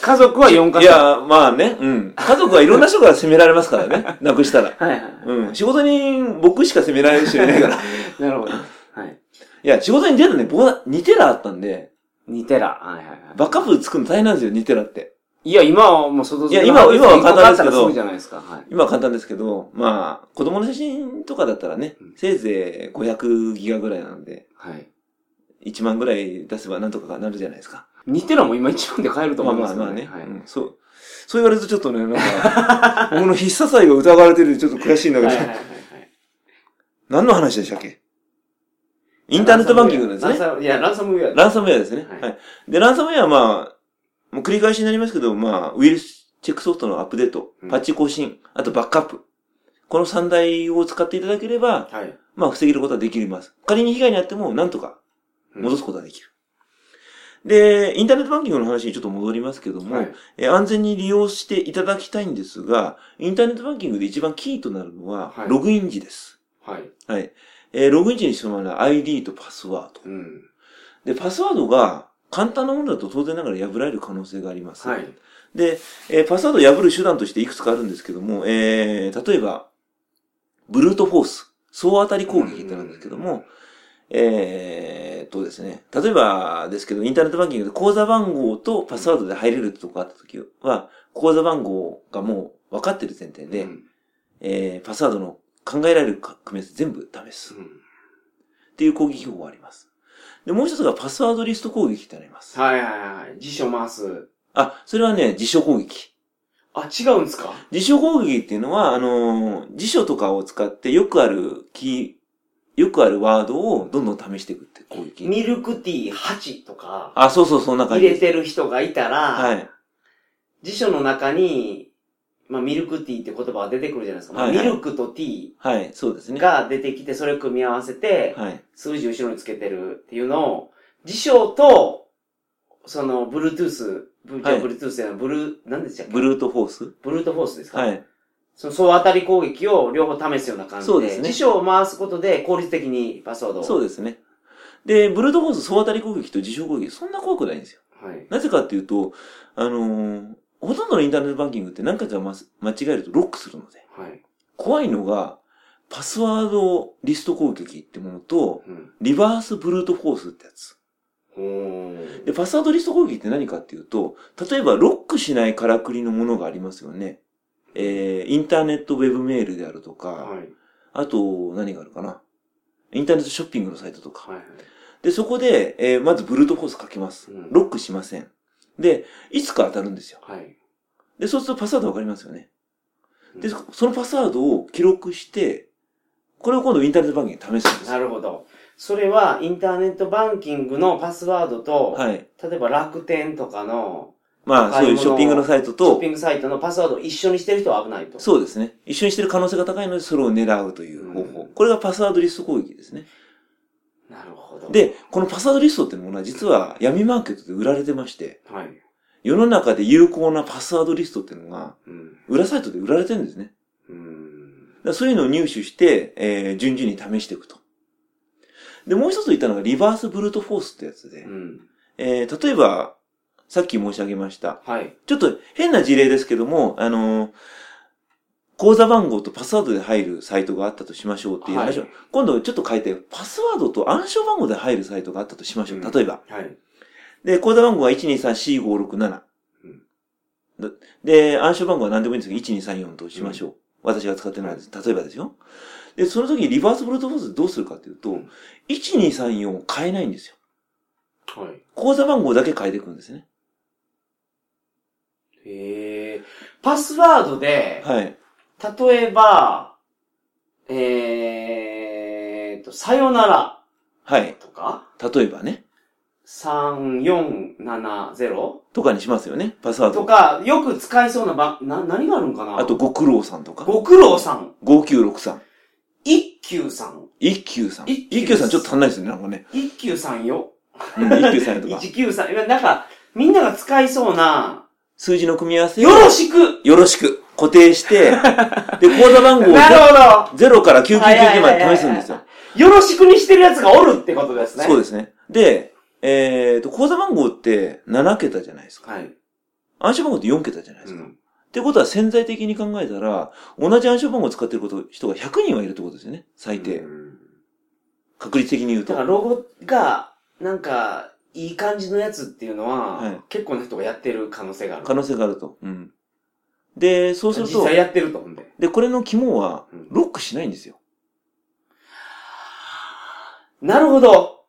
Speaker 1: 家族は4
Speaker 2: い
Speaker 1: 箇所。
Speaker 2: や、まあね、うん。家族はいろんな人から責められますから ね。なくしたら。
Speaker 1: はいはい。
Speaker 2: うん。仕事に僕しか責められる人い ないから。い
Speaker 1: なるほど。はい。
Speaker 2: や、仕事に出るのね、僕は2テラあったんで、
Speaker 1: 2テラ。はいはいはい。
Speaker 2: バックアップ作るの大変なんですよ、2テラって。
Speaker 1: いや、今はもう外付
Speaker 2: いや今は今は簡単ですけど
Speaker 1: 一個買ったらすぐじゃないですか。はい。
Speaker 2: 今は簡単ですけど、まあ、子供の写真とかだったらね
Speaker 1: うん、
Speaker 2: せいぜい500ギガぐらいなんで、
Speaker 1: はい。
Speaker 2: 1万ぐらい出せばなんとかなるじゃないですか。
Speaker 1: 似てるのも今一番で買えると
Speaker 2: ま
Speaker 1: 思
Speaker 2: あ
Speaker 1: いま
Speaker 2: まあ
Speaker 1: すよ
Speaker 2: まあね、
Speaker 1: ね。はい。
Speaker 2: うんそう。そう言われるとちょっとね、なんか、僕の必殺愛が疑われてるちょっと悔しいんだけど
Speaker 1: はいはい、はいはい
Speaker 2: 何の話でしたっけインターネットバンキングなんです
Speaker 1: ラ
Speaker 2: ね。
Speaker 1: ンサムいや、ランサムウェア。
Speaker 2: ランサムウェアですね。
Speaker 1: はい
Speaker 2: はい。で、ランサムウェアはまあ、もう繰り返しになりますけど、まあ、ウイルスチェックソフトのアップデート
Speaker 1: うん、
Speaker 2: パッチ更新、あとバックアップ。この3台を使っていただければ、
Speaker 1: はい。
Speaker 2: まあ、防げることはできます。仮に被害にあっても、なんとか戻すことができる。で、インターネットバンキングの話にちょっと戻りますけども、
Speaker 1: はい。
Speaker 2: え安全に利用していただきたいんですが、インターネットバンキングで一番キーとなるのは
Speaker 1: は、い
Speaker 2: ログイン時です。
Speaker 1: はい。
Speaker 2: はい。えーログイン時にしてもらう ID とパスワード。
Speaker 1: うん。
Speaker 2: で、パスワードが簡単なものだと当然ながら破られる可能性があります。
Speaker 1: はい。
Speaker 2: で、えーパスワードを破る手段としていくつかあるんですけども、えー、例えば、ブルートフォース、総当たり攻撃ってなんですけども、えーっとですね、例えばですけど、インターネットバンキングで口座番号とパスワードで入れるとかあった時は、口座番号がもう分かってる前提で、
Speaker 1: うん
Speaker 2: えーパスワードの考えられる組み合わせ全部試すっていう攻撃方法があります。で、もう一つがパスワードリスト攻撃ってなります。
Speaker 1: はいはいはい。辞書回す。
Speaker 2: あ、それはね、辞書攻撃。
Speaker 1: あ、違うんですか
Speaker 2: 辞書攻撃っていうのは、あのー辞書とかを使ってよくあるキー、よくあるワードをどんどん試していくって攻撃。
Speaker 1: ミルクティー8とか、
Speaker 2: あ、そうそう、そんな感
Speaker 1: 入
Speaker 2: じ
Speaker 1: れ
Speaker 2: です。
Speaker 1: てる人がいたら、
Speaker 2: はい。
Speaker 1: 辞書の中に、まあ、ミルクティーって言葉が出てくるじゃないですか。まあ
Speaker 2: はいはい
Speaker 1: ミルクとティ
Speaker 2: はい、そうです
Speaker 1: ー
Speaker 2: ね。
Speaker 1: が出てきて、それを組み合わせて、
Speaker 2: はい。
Speaker 1: 数字を後ろにつけてるっていうのを、辞書と、その、ブルートゥース、ブ
Speaker 2: はい
Speaker 1: ルートゥースじゃない、ブルー、何でしたっけ
Speaker 2: ブルートフォース
Speaker 1: ブルートフォースですか
Speaker 2: はい。
Speaker 1: その総当たり攻撃を両方試すような感じで。
Speaker 2: そうですね
Speaker 1: 辞書を回すことで効率的にパスワードを。
Speaker 2: そうですね。で、ブルートフォース総当たり攻撃と辞書攻撃、そんな怖くないんですよ。
Speaker 1: はい。
Speaker 2: なぜかっていうと、あのーほとんどのインターネットバンキングって何回かま間違えるとロックするので。
Speaker 1: はい。
Speaker 2: 怖いのが、パスワードリスト攻撃ってものと、
Speaker 1: うん。
Speaker 2: リバースブルートフォースってやつ。
Speaker 1: ほー
Speaker 2: で、パスワードリスト攻撃って何かっていうと、例えばロックしないからくりのものがありますよね。えー、インターネットウェブメールであるとか、
Speaker 1: はい。
Speaker 2: あと、何があるかな。インターネットショッピングのサイトとか。
Speaker 1: はい。
Speaker 2: で、そこで、えーまずブルートフォースかけます
Speaker 1: うん。
Speaker 2: ロックしません。で、いつか当たるんですよ。
Speaker 1: はい。
Speaker 2: で、そうするとパスワードわかりますよね。で、そのパスワードを記録して、これを今度インターネットバンキングで試すんです
Speaker 1: な
Speaker 2: よ。
Speaker 1: るほど。それは、インターネットバンキングのパスワードと、
Speaker 2: はい。
Speaker 1: 例えば楽天とかの、
Speaker 2: まあ、そういうショッピングのサイト
Speaker 1: ショッ
Speaker 2: と
Speaker 1: ピ、ングサイトのパスワードを一緒にしてる人は危ないと。
Speaker 2: そうですね。一緒にしてる可能性が高いので、それを狙うという方法。
Speaker 1: うん
Speaker 2: これがパスワードリスト攻撃ですね。
Speaker 1: なるほど。、
Speaker 2: で、このパスワードリストってものは実は闇マーケットで売られてまして、
Speaker 1: はい。
Speaker 2: 世の中で有効なパスワードリストっていうのが、
Speaker 1: うん。
Speaker 2: 裏サイトで売られてるんですね。
Speaker 1: うん
Speaker 2: だからそういうのを入手して、えー順々に試していくと。で、もう一つ言ったのがリバースブルートフォースってやつで
Speaker 1: う、ん。
Speaker 2: えー例えば、さっき申し上げました。
Speaker 1: はい。
Speaker 2: ちょっと変な事例ですけども、あのー口座番号とパスワードで入るサイトがあったとしましょうっていう話を、
Speaker 1: はい
Speaker 2: 今度ちょっと変えて、パスワードと暗証番号で入るサイトがあったとしましょ
Speaker 1: う
Speaker 2: う。
Speaker 1: ん
Speaker 2: 例えば、
Speaker 1: はい。
Speaker 2: で、口座番号が1234567
Speaker 1: うん。
Speaker 2: だで、暗証番号は何でもいいんですけど、1234としましょう。私が使ってないです。例えばですよ。で、その時リバースブルートフォースどうするかっていうと、
Speaker 1: うん
Speaker 2: 1234を変えないんですよ。
Speaker 1: はい。
Speaker 2: 口座番号だけ変えていくんですね。
Speaker 1: へえ。パスワードで、
Speaker 2: はい。
Speaker 1: 例えば、えーっと、さよなら
Speaker 2: はい。
Speaker 1: とか、
Speaker 2: 例えばね。
Speaker 1: 3470
Speaker 2: とかにしますよね。パスワー
Speaker 1: と
Speaker 2: ド。
Speaker 1: か、よく使いそうなば、な、何があるんかな
Speaker 2: あと、、ご苦労さんとか。
Speaker 1: ご苦労さん、
Speaker 2: 5963。
Speaker 1: 一休さん、
Speaker 2: 193。
Speaker 1: 193
Speaker 2: 193ちょっと足んないですね。なんかね。
Speaker 1: 一休さんよ、
Speaker 2: うん、193とか。
Speaker 1: 一休さん、いやなんか、みんなが使いそうな、
Speaker 2: 数字の組み合わせを
Speaker 1: よろしく
Speaker 2: よろしく固定して、で、口座番号を
Speaker 1: なるほ
Speaker 2: ゼロから999まで試すんですよ。
Speaker 1: どよろしくにしてるやつがおるってことですね。
Speaker 2: そう
Speaker 1: で
Speaker 2: ですね。で、えっと、口座番号って7桁じゃないですか。
Speaker 1: はい。
Speaker 2: 暗証番号って4桁じゃないで
Speaker 1: う
Speaker 2: すか。っ
Speaker 1: ん。
Speaker 2: てことは潜在的に考えたら、同じ暗証番号を使ってること、人が100人はいるってことですよね。最低
Speaker 1: う。ん
Speaker 2: 確率的に言う
Speaker 1: だ
Speaker 2: と
Speaker 1: から。ロゴが、なんか、いい感じのやつっていうのは、
Speaker 2: はい
Speaker 1: 結構な人がやってる可能性がある。
Speaker 2: 可能性があると。うん。で、そうする
Speaker 1: 実
Speaker 2: と
Speaker 1: 際、やってると思うんで。
Speaker 2: で、これの肝は
Speaker 1: うん、
Speaker 2: ロックしないんですよ。
Speaker 1: なるほど。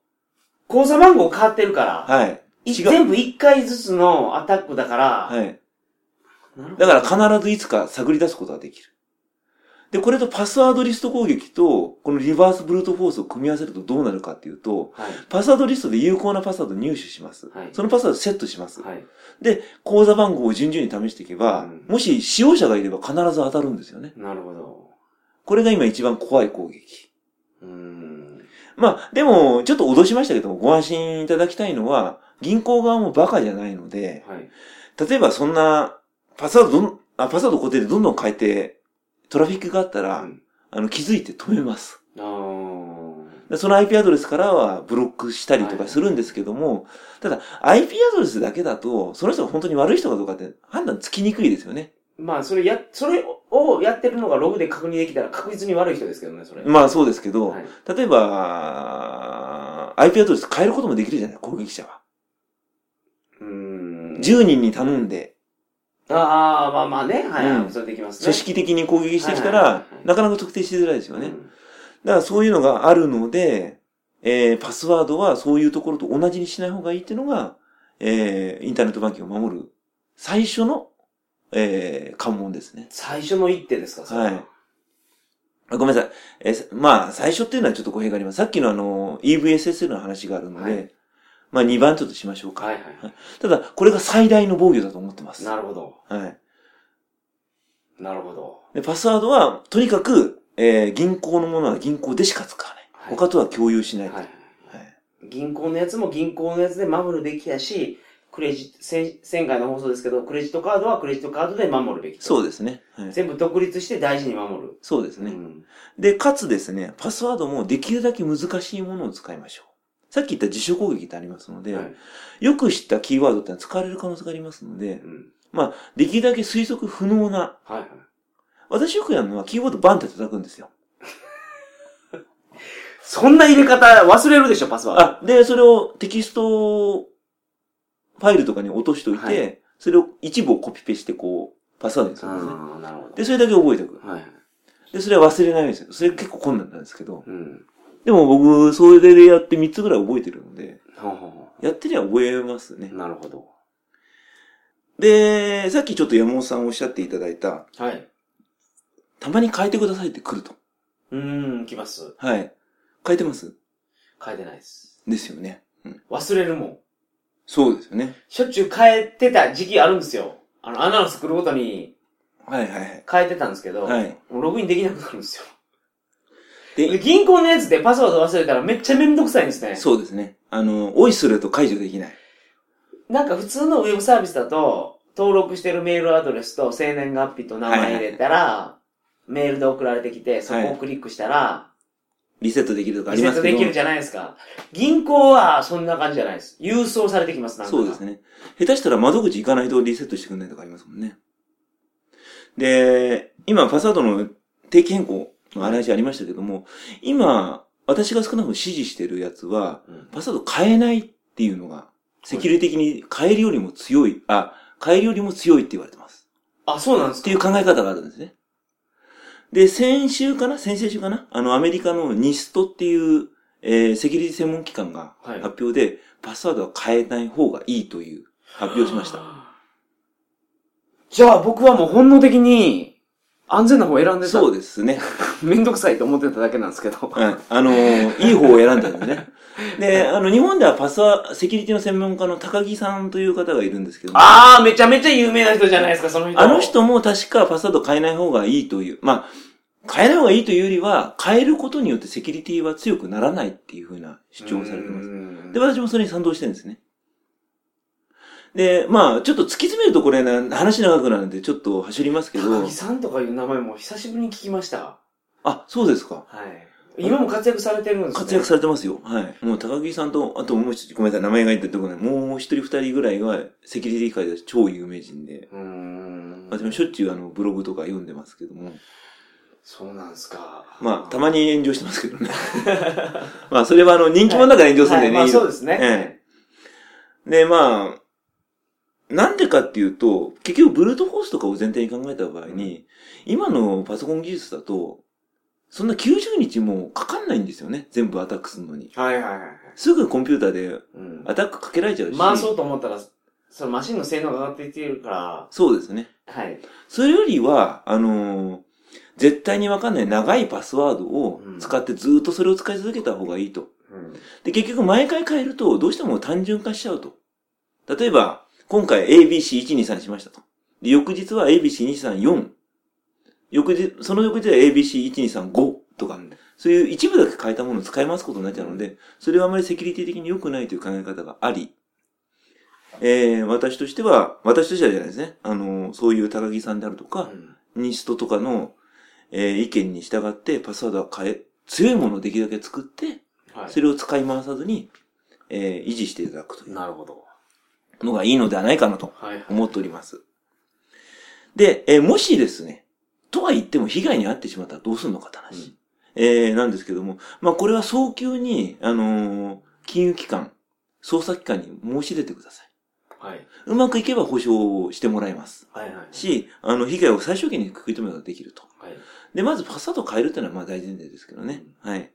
Speaker 1: 口座番号変わってるから、
Speaker 2: はい。
Speaker 1: い
Speaker 2: 違う
Speaker 1: 全部一回ずつのアタックだから、
Speaker 2: はい。
Speaker 1: なるほど
Speaker 2: だから必ずいつか探り出すことができる。で、これとパスワードリスト攻撃と、このリバースブルートフォースを組み合わせるとどうなるかっていうと、
Speaker 1: はい。
Speaker 2: パスワードリストで有効なパスワードを入手します。
Speaker 1: はい
Speaker 2: そのパスワードをセットします。
Speaker 1: はい。
Speaker 2: で、口座番号を順々に試していけば、
Speaker 1: うん
Speaker 2: もし使用者がいれば必ず当たるんですよね。
Speaker 1: なるほど。
Speaker 2: これが今一番怖い攻撃。
Speaker 1: うーん。
Speaker 2: まあ、でも、ちょっと脅しましたけども、ご安心いただきたいのは、銀行側もバカじゃないので、
Speaker 1: はい。
Speaker 2: 例えばそんな、パスワードどん、あ、パスワード固定でどんどん変えて、トラフィックがあったら、
Speaker 1: うん
Speaker 2: あの、気づいて止めます。
Speaker 1: あー
Speaker 2: でその IP アドレスからはブロックしたりと
Speaker 1: は
Speaker 2: か
Speaker 1: い
Speaker 2: するんですけども、ただ、IP アドレスだけだと、その人が本当に悪い人かどうかって判断つきにくいですよね。
Speaker 1: まあ、それや、それをやってるのがログで確認できたら確実に悪い人ですけどね、それ。
Speaker 2: まあそうですけど、
Speaker 1: はい。
Speaker 2: 例えば、IP アドレス変えることもできるじゃない、攻撃者は。
Speaker 1: うーん。
Speaker 2: 10人に頼んで、
Speaker 1: ああ、まあまあね、はい、はい
Speaker 2: うん
Speaker 1: それできますね。
Speaker 2: 組織的に攻撃してきた
Speaker 1: はいはい
Speaker 2: ら
Speaker 1: はいは、い
Speaker 2: なかなか特定しづらいですよね。
Speaker 1: うん
Speaker 2: だからそういうのがあるので、えー、パスワードはそういうところと同じにしない方がいいっていうのが、えー、インターネットバンキングを守る最初の、えー、関門ですね。
Speaker 1: 最初の一手ですか、それ
Speaker 2: はいあごめんなさい。えーさまあ、最初っていうのはちょっと語弊があります。さっきのあの、EVSSL の話があるので、
Speaker 1: はい
Speaker 2: まあ2番手としましょうか。
Speaker 1: はいは
Speaker 2: ただ、これが最大の防御だと思ってま
Speaker 1: い。
Speaker 2: す。
Speaker 1: なるほど。
Speaker 2: はい。
Speaker 1: なるほど。
Speaker 2: で、パスワードは、とにかく、えー、銀行のものは銀行でしか使わない。
Speaker 1: はい
Speaker 2: 他とは共有しないと。
Speaker 1: はい。
Speaker 2: はい
Speaker 1: 銀行のやつも銀行のやつで守るべきやし、クレジット、先前回の放送ですけど、クレジットカードはクレジットカードで守るべき。
Speaker 2: そうですね。はい、
Speaker 1: 全部独立して大事に守る。
Speaker 2: そうですね。
Speaker 1: うん
Speaker 2: で、かつですね、パスワードもできるだけ難しいものを使いましょう。さっき言った自主攻撃ってありますので、
Speaker 1: はい
Speaker 2: よく知ったキーワードってのは使われる可能性がありますので
Speaker 1: う、ん
Speaker 2: できるだけ推測不能な、
Speaker 1: はいはい。
Speaker 2: 私よくやるのはキーワードバンって叩くんですよ。
Speaker 1: そんな入れ方忘れるでしょ、パスワード。
Speaker 2: あ、で、それをテキストファイルとかに落としといて、
Speaker 1: はいそ
Speaker 2: それを一部をコピペしてこう、パスワードにするんですね。
Speaker 1: あー、なるほど。
Speaker 2: で、それだけ覚えておく。
Speaker 1: はい。
Speaker 2: で、それは忘れないようにする。それ結構困難なんですけど。
Speaker 1: うん。
Speaker 2: でも僕、それでやって3つぐらい覚えてるので、
Speaker 1: ほうほうほ
Speaker 2: やってりゃ覚えますね
Speaker 1: う。。なるほど。
Speaker 2: で、さっきちょっと山本さんおっしゃっていただいた、
Speaker 3: はい。
Speaker 2: たまに変えてくださいって来ると。
Speaker 3: うーん、来ます。
Speaker 2: はい。変えてます
Speaker 3: 変えてないです。
Speaker 2: ですよね。うん。
Speaker 3: 忘れるもん。
Speaker 2: そうですよね。
Speaker 3: しょっちゅう変えてた時期あるんですよ。あの、アナウンス来るごとに
Speaker 2: はいはいはい。
Speaker 3: 変えてたんですけど、
Speaker 2: はい
Speaker 3: もうログインできなくなるんですよ。
Speaker 2: で
Speaker 3: で、銀行のやつでパスワード忘れたらめっちゃめんどくさいんですね。
Speaker 2: そうですね。あの、おいすると解除できない。
Speaker 3: なんか普通のウェブサービスだと、登録してるメールアドレスと生年月日と名前入れたら、メールで送られてきて、そこをクリックしたら、
Speaker 2: リセットできるとかあ
Speaker 3: リ
Speaker 2: り
Speaker 3: セ
Speaker 2: ま
Speaker 3: ット
Speaker 2: すけ
Speaker 3: で
Speaker 2: ど。
Speaker 3: きるじゃないですか。銀行はそんな感じじゃないです。郵送されてきます、なんか。
Speaker 2: そうですね。下手したら窓口行かないとリセットしてくれないとかありますもんね。で、今パスワードの定期変更の話ありましたけども、今、私が少なくとも支持してるやつは、
Speaker 3: うん
Speaker 2: パスワード変えないっていうのが、セキュリティ的に変えるよりも強い、あ、変えるよりも強いって言われてます。
Speaker 3: あ、そうなんで
Speaker 2: っ
Speaker 3: す
Speaker 2: て
Speaker 3: か
Speaker 2: いう考え方があるんですね。で、先週かな先々週かなあの、アメリカのニストっていう、えーセキュリティ専門機関が
Speaker 3: はい
Speaker 2: 発表で、パスワードは変えない方がいいという発表をしました。
Speaker 1: じゃあ僕はもう本能的に安全な方を選んでた。
Speaker 2: そうですね。
Speaker 1: めんどくさいと思ってただけなんですけど。
Speaker 2: はい。あのーいい方を選んだんですね。で、あの、日本ではパスワセキュリティの専門家の高木さんという方がいるんですけども、
Speaker 3: あー、めちゃめちゃ有名な人じゃないですか、その人。
Speaker 2: あの人も確かパスワード変えない方がいいという、まあ、変えない方がいいというよりは、変えることによってセキュリティは強くならないっていうふうな主張をされてます。
Speaker 3: す
Speaker 2: で、私もそれに賛同してるんですね。で、まあ、ちょっと突き詰めるとこれな、話長くなるんで、ちょっと走りますけ
Speaker 3: 高
Speaker 2: ど
Speaker 3: 木、さんとかいう名前も久しぶりに聞きました。
Speaker 2: あ、そうですか。
Speaker 3: はい。今も活躍されてるんですね。
Speaker 2: 活躍されてますよ。はい。もう高木さんと、あともう一人、ごめんなさい、名前が言ってるとこない。もう一人二人ぐらいは、セキュリティ界で超有名人で、
Speaker 3: うーん。
Speaker 2: 私もしょっちゅうあの、ブログとか読んでますけども、
Speaker 3: そうなんですか。
Speaker 2: まあ、たまに炎上してますけどね。 まあ、それはあの、人気者だから炎上する
Speaker 3: は
Speaker 2: んで
Speaker 3: い
Speaker 2: ね。
Speaker 3: まあそうですね。
Speaker 2: えで、まあ、なんでかっていうと、結局、ブルートフォースとかを前提に考えた場合に、今のパソコン技術だと、そんな90日もかかんないんですよね。全部アタックするのに。
Speaker 3: はいはいはい。
Speaker 2: すぐコンピューターで
Speaker 3: うん
Speaker 2: アタックかけられちゃうし。
Speaker 3: 回そうと思ったら、そのマシンの性能が上がっていってるか
Speaker 2: そうですね。
Speaker 3: ら、はい。
Speaker 2: それよりは、あのー絶対にわかんない長いパスワードを使ってずっとそれを使い続けた方がいいと。で、結局毎回変えると、どうしても単純化しちゃうと。例えば、今回 ABC123 しましたと。で、翌日は ABC234。翌日、その翌日は ABC1235 とか、そういう一部だけ変えたものを使い回すことになっちゃうので、それはあまりセキュリティ的に良くないという考え方があり、えー、私としては、私としてはじゃないですね。あのー、そういう高木さんであるとか、ニストとかの、えー意見に従ってパスワードは変え、強いものをできるだけ作って、
Speaker 3: はい
Speaker 2: それを使い回さずに、えー維持していただくという
Speaker 1: なるほど。
Speaker 2: のがいいのではないかなと
Speaker 3: はいはい。
Speaker 2: 思っております。で、えーもしですね、とは言っても被害に遭ってしまったらどうするのかって話。
Speaker 3: うん
Speaker 2: えーなんですけども、まあ、これは早急に、あのー金融機関、捜査機関に申し出てください。
Speaker 3: はい。
Speaker 2: うまくいけば保証をしてもらえます。
Speaker 3: はいはい。
Speaker 2: し、あの、被害を最小限に食い止めることができると。
Speaker 3: はい。
Speaker 2: で、まずパスワードを変えるっていうのはまあ大前提ですけどね。はい。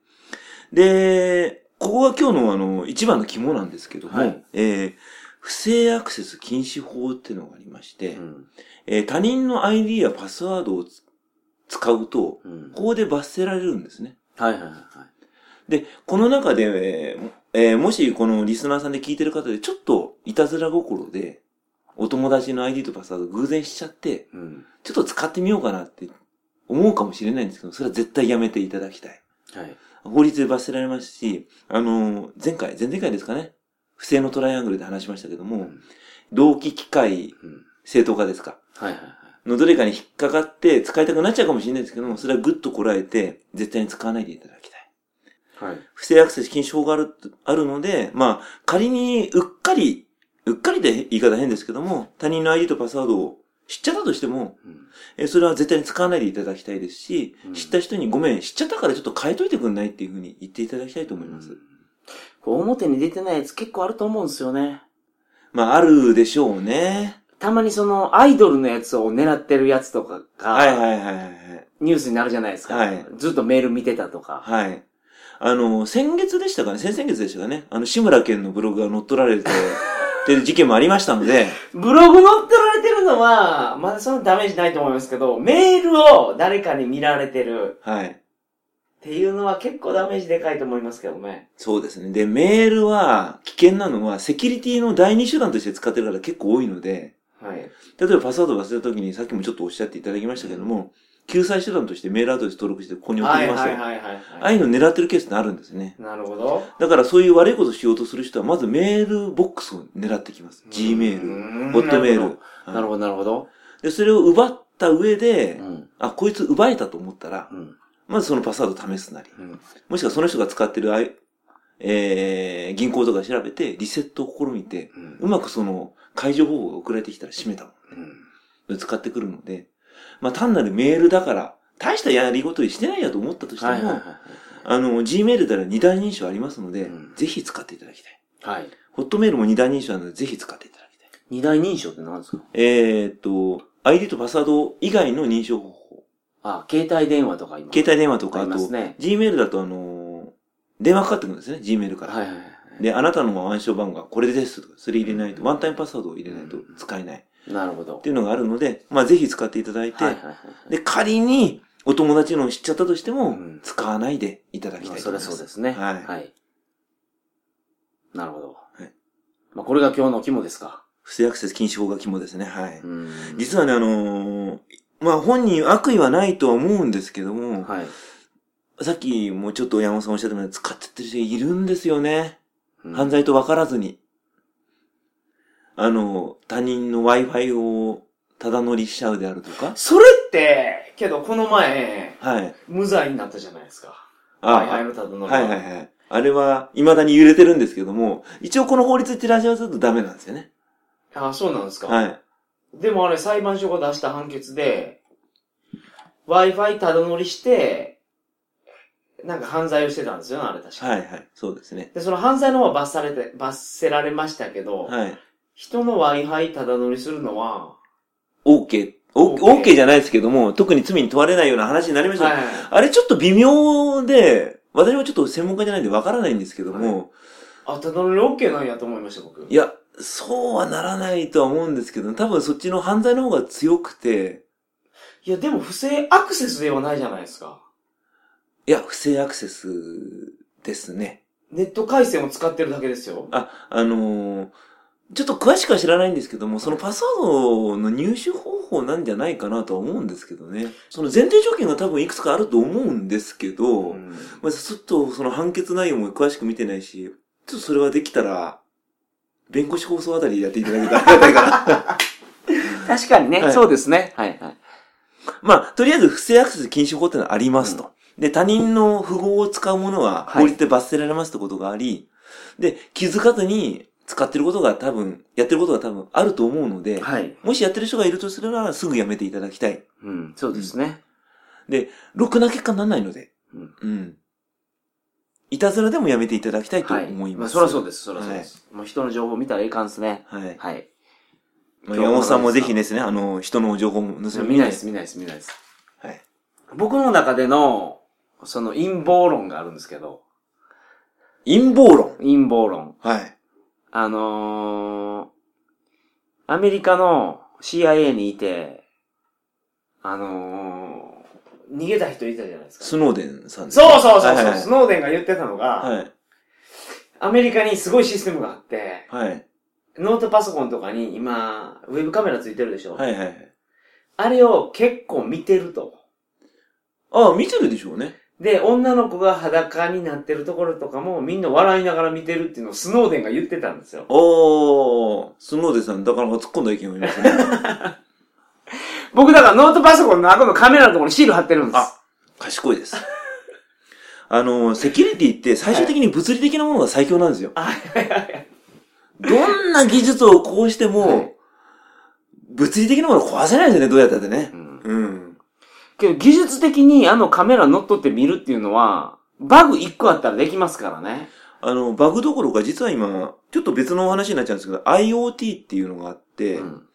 Speaker 2: で、ここが今日のあの、一番の肝なんですけども、
Speaker 3: はい
Speaker 2: えー不正アクセス禁止法っていうのがありまして、
Speaker 1: うん。
Speaker 2: えー他人の ID やパスワードをつ使うと、
Speaker 1: うん。
Speaker 2: ここで罰せられるんですね。
Speaker 1: はいはいはいはい。
Speaker 2: で、この中で、えーえーもしこのリスナーさんで聞いてる方で、ちょっといたずら心で、お友達の ID とパスワード偶然しちゃって、
Speaker 1: うん。
Speaker 2: ちょっと使ってみようかなって思うかもしれないんですけど、それは絶対やめていただきたい。
Speaker 1: はい。
Speaker 2: 法律で罰せられますし、あの、前回、前々回ですかね。不正のトライアングルで話しましたけども、
Speaker 1: ん
Speaker 2: 同期機械
Speaker 1: うん。
Speaker 2: 正当化ですか。
Speaker 1: はいはいはい。
Speaker 2: のどれかに引っかかって使いたくなっちゃうかもしれないですけども、それはぐっとこらえて、絶対に使わないでいただきたい。
Speaker 1: はい。
Speaker 2: 不正アクセス禁止法がある、あるので、まあ、仮にうっかり、うっかりで言い方変ですけども、他人の ID とパスワードを知っちゃったとしても、
Speaker 1: うん
Speaker 2: えそれは絶対に使わないでいただきたいですし、
Speaker 1: うん
Speaker 2: 知った人にごめん、知っちゃったからちょっと変えといてくんないっていうふうに言っていただきたいと思います。
Speaker 1: こう表に出てないやつ結構あると思うんですよね。
Speaker 2: まあ、あるでしょうね。
Speaker 1: たまにそのアイドルのやつを狙ってるやつとか
Speaker 2: はいは
Speaker 1: が、
Speaker 2: いはいはい。
Speaker 1: ニュースになるじゃないですか。
Speaker 2: はい
Speaker 1: ずっとメール見てたとか。
Speaker 2: はい。あの、先月でしたかね先々月でしたかねあの、志村けんのブログが乗っ取られて、で、事件もありましたの で、
Speaker 3: ブログ載ってられてるのは、まだそのダメージないと思いますけど、メールを誰かに見られてる
Speaker 2: はい。
Speaker 3: っていうのは結構ダメージでかいと思いますけどね。
Speaker 2: そうですね。で、メールは危険なのは、セキュリティの第二手段として使ってる方結構多いので、
Speaker 3: はい。
Speaker 2: 例えばパスワード忘れた時に、さっきもちょっとおっしゃっていただきましたけども、救済手段としてメールアドレス登録してここに送
Speaker 3: はい
Speaker 2: りますよ。
Speaker 3: はいはいはい、
Speaker 2: ああいうの狙ってるケースってあるんですね。
Speaker 3: なるほど。
Speaker 2: だからそういう悪いことをしようとする人は、まずメールボックスを狙ってきます。G メール、
Speaker 3: ル
Speaker 2: ホットメー
Speaker 1: なる
Speaker 2: ル。はい
Speaker 1: ほど、なるほど。
Speaker 2: で、それを奪った上で、
Speaker 1: うん。
Speaker 2: あ、こいつ奪えたと思ったら、
Speaker 1: うん。
Speaker 2: まずそのパスワード試すなり、
Speaker 1: うん。
Speaker 2: もしくはその人が使ってるあい、えー、銀行とか調べて、リセットを試みて、
Speaker 1: うん
Speaker 2: うまくその解除方法が送られてきたら閉めたもので使ってくるので、まあ単なるメールだから、大したやりごとしてないやと思ったとしても、
Speaker 1: はいはいはい
Speaker 2: あの、Gmail なら二段認証ありますので、
Speaker 1: うん
Speaker 2: ぜひ使っていただきたい。
Speaker 1: はい。はい。
Speaker 2: ホットメールも二段認証なので、ぜひ使っていただきたい。
Speaker 1: 二大認証って何ですか
Speaker 2: えー、っと、ID とパスワード以外の認証方法。
Speaker 1: あ、携帯電話とか今。
Speaker 2: 携帯電話とか、
Speaker 1: あ
Speaker 2: あ
Speaker 1: り
Speaker 2: と
Speaker 1: ま、すね。
Speaker 2: Gmail だとあのー電話かかってくるんですね、Gmail から。
Speaker 1: はいはいは
Speaker 2: で、あなたの暗証番号はこれですとか、それ入れないと、ワンタイムパスワードを入れないと使えないっ
Speaker 1: い。なるほど。
Speaker 2: ていうのがあるので、まあぜひ使っていただいて、
Speaker 1: はいはいはい。
Speaker 2: で、仮にお友達のを知っちゃったとしても、
Speaker 1: うん
Speaker 2: 使わないでいただき
Speaker 1: ま
Speaker 2: た
Speaker 1: あ
Speaker 2: い
Speaker 1: そ
Speaker 2: と
Speaker 1: りゃ
Speaker 2: 思います。
Speaker 1: そうですね。
Speaker 2: はい
Speaker 1: はい。なるほど
Speaker 2: はい。
Speaker 1: まあこれが今日の肝ですか。
Speaker 2: 不正アクセス禁止法が肝ですね、はい。
Speaker 1: うん。
Speaker 2: 実はね、あのーまあ本人悪意はないとは思うんですけども、
Speaker 1: はい。
Speaker 2: さっきもうちょっと山本さんおっしゃったように使っちゃってる人いるんですよね。
Speaker 1: うん
Speaker 2: 犯罪と分からずに。あの、他人の Wi-Fi をただ乗りしちゃうであるとか。
Speaker 3: それって、けどこの前、
Speaker 2: はい。
Speaker 3: 無罪になったじゃないですか。
Speaker 2: あ
Speaker 3: はいはい、あのただの。
Speaker 2: はいはいはい。あれは、未だに揺れてるんですけども、一応この法律ってラジオするとダメなんですよね。
Speaker 3: あ、そうなんですか。
Speaker 2: はい。
Speaker 3: でもあれ、裁判所が出した判決で、Wi-Fi ただ乗りして、なんか犯罪をしてたんですよね、あれ確か。
Speaker 2: はいはい。そうですね。
Speaker 3: で、その犯罪の方は罰されて、罰せられましたけど、
Speaker 2: はい。
Speaker 3: 人の Wi-Fi ただ乗りするのは、
Speaker 2: OK。お
Speaker 3: OK
Speaker 2: OK じゃないですけども、特に罪に問われないような話になりましたけど、
Speaker 3: はい。
Speaker 2: あれちょっと微妙で、私もちょっと専門家じゃないんでわからないんですけども、
Speaker 3: あ、ただ乗り OK なんやと思いました、僕。
Speaker 2: い、や、そうはならないとは思うんですけど、多分そっちの犯罪の方が強くて、
Speaker 3: いや、でも不正アクセスではないじゃないですか。
Speaker 2: いや、不正アクセスですね。
Speaker 3: ネット回線を使ってるだけですよ。
Speaker 2: あ、あのーちょっと詳しくは知らないんですけども、そのパスワードの入手方法なんじゃないかなとは思うんですけどね。その前提条件が多分いくつかあると思うんですけど、
Speaker 3: うん
Speaker 2: まあ、ちょっとその判決内容も詳しく見てないし、ちょっとそれはできたら、弁護士放送あたりやっていただけたらありがたいか な。
Speaker 1: 確かに
Speaker 2: は
Speaker 1: ね、
Speaker 2: い
Speaker 1: そうですね。はいはい。
Speaker 2: まあ、とりあえず不正アクセス禁止法ってのはありますと。で、他人の符号を使うものは
Speaker 1: はい
Speaker 2: 法律で罰せられますってことがあり、で、気づかずに使ってることが多分、やってることが多分あると思うので、
Speaker 1: はい。
Speaker 2: もしやってる人がいるとすれば、すぐやめていただきたい。
Speaker 1: うん。そうですね。
Speaker 2: ろくな結果にならないので、
Speaker 1: うん
Speaker 2: いたずらでもやめていただきたいと
Speaker 1: はい。
Speaker 2: 思い
Speaker 1: ま
Speaker 2: ま
Speaker 1: あ
Speaker 2: す。
Speaker 1: そらそうです、そらそうです。もう人の情報見たらいかんですね。
Speaker 2: はい。
Speaker 1: はい。
Speaker 2: まあ、山本さんもぜひですね、あの、人の情報も盗み
Speaker 1: 見ないです、見ないです、見ないです。
Speaker 2: はい。
Speaker 1: 僕の中での、その陰謀論があるんですけど、
Speaker 2: 陰謀論。
Speaker 1: 陰謀論。
Speaker 2: はい。
Speaker 1: あのー、アメリカの CIA にいて、あの
Speaker 3: 逃げた人いたじゃないですか。
Speaker 2: スノーデンさんです。
Speaker 3: そうそうそうそう、
Speaker 2: はいはいはい
Speaker 3: スノーデンが言ってたのが、
Speaker 2: はい。
Speaker 3: アメリカにすごいシステムがあって、
Speaker 2: はい。
Speaker 3: ノートパソコンとかに今、ウェブカメラついてるでしょ、
Speaker 2: はいはいはい。
Speaker 3: あれを結構見てると。
Speaker 2: ああ、見てるでしょうね。
Speaker 3: で、女の子が裸になってるところとかもみんな笑いながら見てるっていうのをスノーデンが言ってたんですよ。
Speaker 2: おー、スノーデンさん、なかなか突っ込んだ意見を言いますね。
Speaker 1: 僕だからノートパソコンのあこのカメラのところにシール貼ってるんです。
Speaker 2: あ賢いです。あの、セキュリティって最終的に物理的なものが最強なんですよ。どんな技術をこうしても、
Speaker 1: はい
Speaker 2: 物理的なものを壊せないんですよね、どうやったってね
Speaker 1: う。ん
Speaker 2: うん。
Speaker 1: けど技術的にあのカメラ乗っ取って見るっていうのは、バグ1個あったらできますからね。
Speaker 2: あの、バグどころか実は今、ちょっと別のお話になっちゃうんですけど、IoT っていうのがあって、
Speaker 1: うん。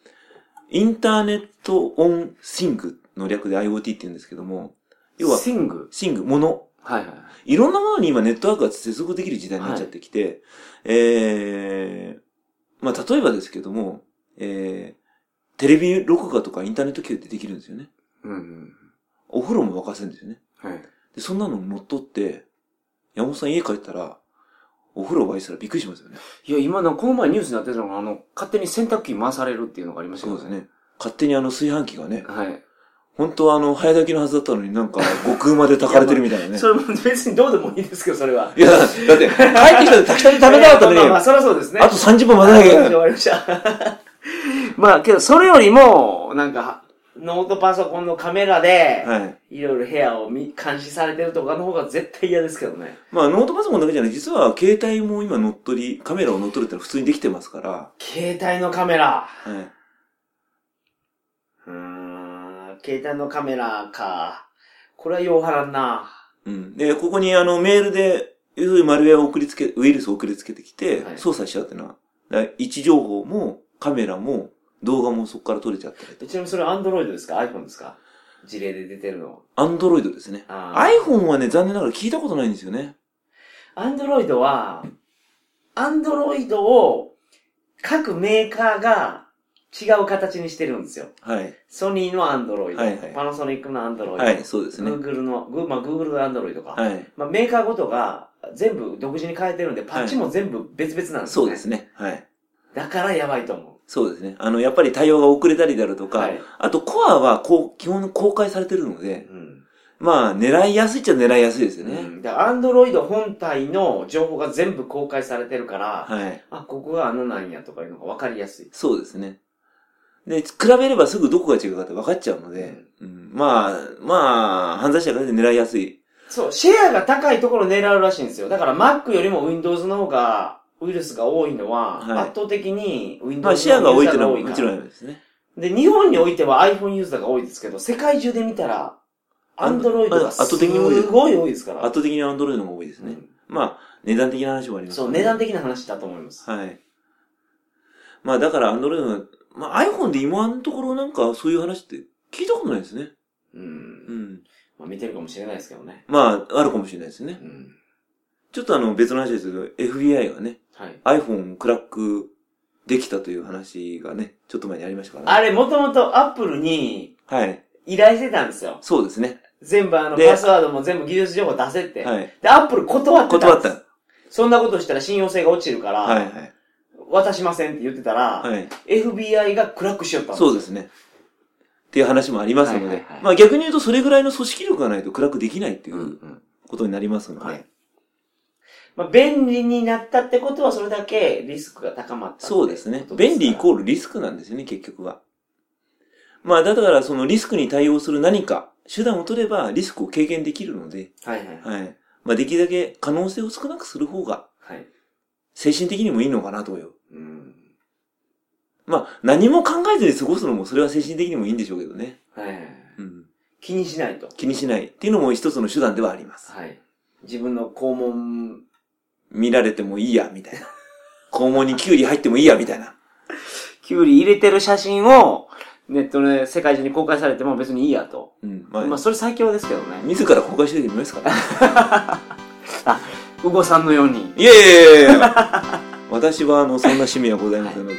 Speaker 2: インターネットオンシングの略で IoT って言うんですけども、要は、
Speaker 1: シング。
Speaker 2: シング、もの、
Speaker 1: はいはい。
Speaker 2: いろんなものに今ネットワークが接続できる時代になっちゃってきて、えー、まあ、例えばですけども、えー、テレビ録画とかインターネット経由ってできるんですよね。
Speaker 4: うんうん。
Speaker 2: お風呂も沸かせるんですよね。
Speaker 4: はい。
Speaker 2: で、そんなの乗っ取って、山本さん家帰ったら、お風呂沸いてたらびっくりしますよね。
Speaker 4: いや、今な、この前ニュースになってたのが、あの、勝手に洗濯機回されるっていうのがありました
Speaker 2: そ
Speaker 4: よ
Speaker 2: うです。ね。勝手にあの炊飯器がね、
Speaker 4: はい。
Speaker 2: 本当はあの、早炊きのはずだったのになんか、悟空まで炊かれてるみたいなね。
Speaker 1: それも別にどうでもいいですけど、それは。
Speaker 2: いや、だって、帰ってきたら炊きたて食べなかったのに、
Speaker 1: まあまあまあ、
Speaker 2: あ
Speaker 1: そりゃそうですね。
Speaker 2: と30分待たなきゃいけない
Speaker 1: 終。わりました。
Speaker 4: まあ、けど、それよりも、なんか、
Speaker 1: ノートパソコンのカメラで、
Speaker 2: はい。
Speaker 1: いろいろ部屋を見監視されてるとかの方が絶対嫌ですけどね。
Speaker 2: まあ、ノートパソコンだけじゃない、実は携帯も今乗っ取り、カメラを乗っ取るってのは普通にできてますから、
Speaker 1: 携帯のカメラ。
Speaker 2: はい。
Speaker 1: うーん、携帯のカメラか。これはようはらんな。
Speaker 2: うん。で、ここにあの、メールで、そういうマルウェアを送りつけ、ウイルスを送りつけてきて
Speaker 1: は、い
Speaker 2: 操作しちゃうってのは、だから位置情報も、カメラも、動画もそこから撮れちゃったりと。
Speaker 1: ちなみにそれアンドロイドですか ?iPhone ですか事例で出てるの。
Speaker 2: アンドロイドですね。
Speaker 1: あー
Speaker 2: iPhone はね、残念ながら聞いたことないんですよね。
Speaker 1: アンドロイドは、アンドロイドを各メーカーが違う形にしてるんですよ。
Speaker 2: はい。
Speaker 1: ソニーのアンドロイド、
Speaker 2: はいはい
Speaker 1: パナソニックのアンドロイド、
Speaker 2: はい、そうですね。
Speaker 1: Google の、グーまあ Google のアンドロイドか、
Speaker 2: はい。
Speaker 1: まあ、メーカーごとが全部独自に変えてるんで、パッチも全部別々なんですね。
Speaker 2: そうですね。はい。
Speaker 1: だからやばいと思
Speaker 2: そうですね。あの、やっぱり対応が遅れたりだと
Speaker 1: う。
Speaker 2: か、
Speaker 1: はい。
Speaker 2: あとコアはこう、基本公開されてるので、
Speaker 1: うん。
Speaker 2: まあ、狙いやすいっちゃ狙いやすいですよね。
Speaker 1: うんだからアンドロイド本体の情報が全部公開されてるから、
Speaker 2: はい。
Speaker 1: あ、ここがあのなんやとかいうのが分かりやすい。
Speaker 2: そうですね。で、比べればすぐどこが違うかって分かっちゃうので、うんまあ、まあ、犯罪者からで狙いやすい。
Speaker 1: そう、シェアが高いところを狙うらしいんですよ。だから Mac よりも Windows の方がウイルスが多いのは、
Speaker 2: はい
Speaker 1: 圧倒的に Windows の
Speaker 2: まあ、視野が多いっていうのは
Speaker 1: ユーザ
Speaker 2: もち
Speaker 1: ーが多いから
Speaker 2: ろんですね。
Speaker 1: で、日本においては iPhone ユーザーが多いですけど、世界中で見たら、
Speaker 2: あ
Speaker 1: Android
Speaker 2: あ
Speaker 1: が
Speaker 2: 圧倒的に多いです
Speaker 1: すごい多いですから。
Speaker 2: 圧倒的にアンドロイドの方が多いですね。まあ、値段的な話もあります、
Speaker 1: そう、値段的な話だと思います。
Speaker 2: はい。まあ、だからアンドロイドの、まあ、iPhone で今のところなんかそういう話って聞いたことないですね。
Speaker 1: う。
Speaker 2: うんん。
Speaker 1: まあ見てるかもしれないですけどね。
Speaker 2: まあ、あるかもしれないです
Speaker 1: う
Speaker 2: ね。
Speaker 1: ん。
Speaker 2: ちょっとあの、別の話ですけど、FBI がね、
Speaker 1: はい。
Speaker 2: iPhone をクラックできたという話がね、ちょっと前にありましたから、ね。
Speaker 1: あれ、もともと Apple に
Speaker 2: はい。
Speaker 1: 依頼してたんですよ。
Speaker 2: そうですね。
Speaker 1: 全部あの、
Speaker 2: で
Speaker 1: パスワードも全部技術情報出せって。
Speaker 2: はい。
Speaker 1: で、Apple 断ってたんです。
Speaker 2: 断った。
Speaker 1: そんなことしたら信用性が落ちるから、
Speaker 2: はいはい。
Speaker 1: 渡しませんって言ってたら、
Speaker 2: はい。
Speaker 1: FBI がクラックしよったん
Speaker 2: そう
Speaker 1: で
Speaker 2: ですね。っていう話もありますので、
Speaker 1: はいはいはい
Speaker 2: まあ逆に言うとそれぐらいの組織力がないとクラックできないってい
Speaker 4: うんう。
Speaker 2: うんことになりますので、
Speaker 1: はいす。まあ、便利になったってことはそれだけリスクが高まったって
Speaker 2: そうですね
Speaker 1: こと。
Speaker 2: 便利イ
Speaker 1: ー
Speaker 2: コールリスクなんですよね、結局は。まあだからそのリスクに対応する何か、手段を取ればリスクを軽減できるので、
Speaker 1: ル。はいはい。
Speaker 2: はい。まあできるだけ可能性を少なくする方が
Speaker 1: はい。
Speaker 2: 精神的にもいいのかなという。
Speaker 1: うん。
Speaker 2: まあ、何も考えずに過ごすのも、それは精神的にもいいんでしょうけどね。
Speaker 1: はい。
Speaker 2: うん。
Speaker 1: 気にしないと。
Speaker 2: 気にしないっていうのも一つの手段ではあります。
Speaker 1: はい。自分の肛門、
Speaker 2: 見られてもいいや、みたいな。肛門にキュウリ入ってもいいや、みたいな。
Speaker 4: キュウリ入れてる写真を、ネットで世界中に公開されても別にいいやと。
Speaker 2: うん。まあ、
Speaker 4: まあ、それ最強ですけどね。
Speaker 2: 自ら公開しておいてみますから、
Speaker 4: うごさんのように。
Speaker 2: いやいやいやいや私は、あの、そんな趣味はございませんので。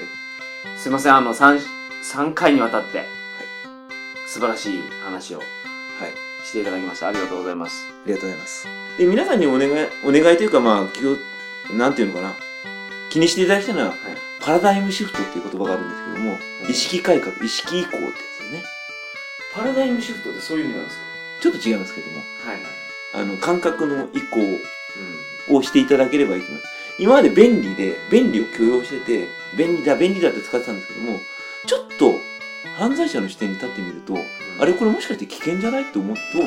Speaker 4: すいません、あの、3、三回にわたって、素晴らしい話を
Speaker 2: はい。
Speaker 4: していただきました。ありがとうございます。
Speaker 2: ありがとうございます。で、皆さんにお願い、お願いというか、まあ、気を、なんていうのかな。気にしていただきたいのは、パラダイムシフトっていう言葉があるんですけども、意識改革、意識移行ってやつですね。
Speaker 1: パラダイムシフトってそういう意味なんです
Speaker 2: ちょっと違いますけども。
Speaker 1: かはいはい。
Speaker 2: あの、感覚の移行をしていただければいいと思います。今まで便利で、便利を許容してて、便利だ、便利だって使ってたんですけども、ちょっと、犯罪者の視点に立ってみると、
Speaker 1: うん。
Speaker 2: あれこれもしかして危険じゃないって思う
Speaker 1: なるほど。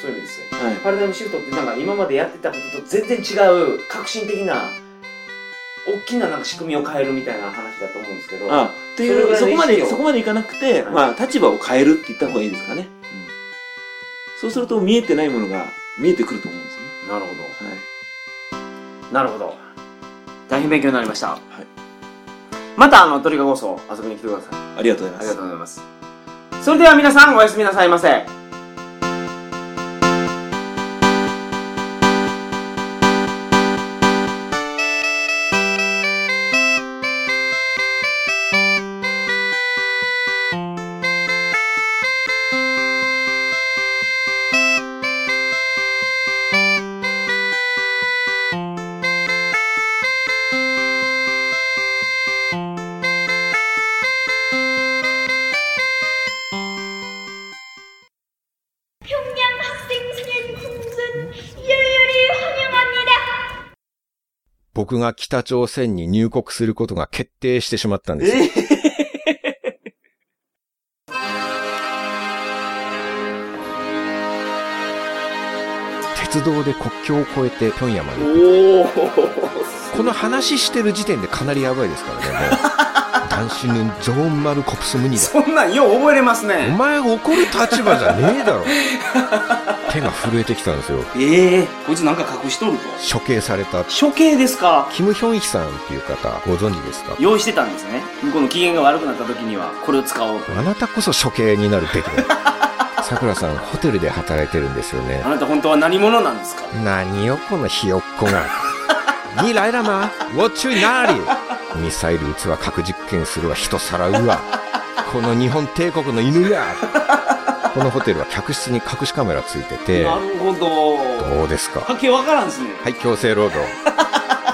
Speaker 1: そういう意味ですよ。
Speaker 2: と、はい。
Speaker 1: パラダイムシフトってなんか今までやってたことと全然違う革新的な大きななんか仕組みを変えるみたいな話だと思うんですけど
Speaker 2: あ、という、そ
Speaker 1: それ
Speaker 2: こ
Speaker 1: ぐ
Speaker 2: ま
Speaker 1: らいの意識
Speaker 2: で、
Speaker 1: を
Speaker 2: そこまでいかなくて、
Speaker 1: はい
Speaker 2: まあ、立場を変えるって言った方がいいですかね。そうすると、見えてないものが見えてくると思うんですよね。
Speaker 4: なるほ
Speaker 2: はい。
Speaker 4: ど。なるほど。大変勉強になりました。
Speaker 2: い
Speaker 4: また、あの、トリカ放送、遊びに来てください。
Speaker 2: ありがとうご
Speaker 4: あ
Speaker 2: ざいま
Speaker 4: りが。
Speaker 2: す
Speaker 4: とうございます。それでは皆さん、おやすみなさいませ。
Speaker 5: 僕が北朝鮮に入国することが決定してしまったんです。
Speaker 2: え
Speaker 5: 鉄道で国境を越えて平壌まで。
Speaker 2: おお
Speaker 5: この話してる時点でかなりやばいですからね、もう。単身のジョーン・マルコプス・ムニだ。
Speaker 1: そんなんよう覚えれます
Speaker 5: お
Speaker 1: ね。
Speaker 5: 前怒る立場じゃねえだろ。手が震えてきたんですよ。
Speaker 1: ええ
Speaker 2: こいつなんか隠しとると。
Speaker 5: 処刑された、
Speaker 1: 処刑ですか
Speaker 5: キム・ヒョンヒさんっていう方、ご存知ですか
Speaker 1: 用意してたんですね。向こうの機嫌が悪くなった時には、これを使おうと。
Speaker 5: あなたこそ処刑になるべきだ。さくらさん、ホテルで働いてるんですよね
Speaker 1: あ。なた本当は何者なんですか
Speaker 5: 何よ、このひよっこが。 ニライラマ、ウォッチュイナーリミサイル撃つわ、核実験するわ、人さらうわ。この日本帝国の犬が。このホテルは客室に隠しカメラついてて、
Speaker 2: なるほど。
Speaker 5: どうですか
Speaker 2: わけわからんですね。
Speaker 5: はい、強制労働。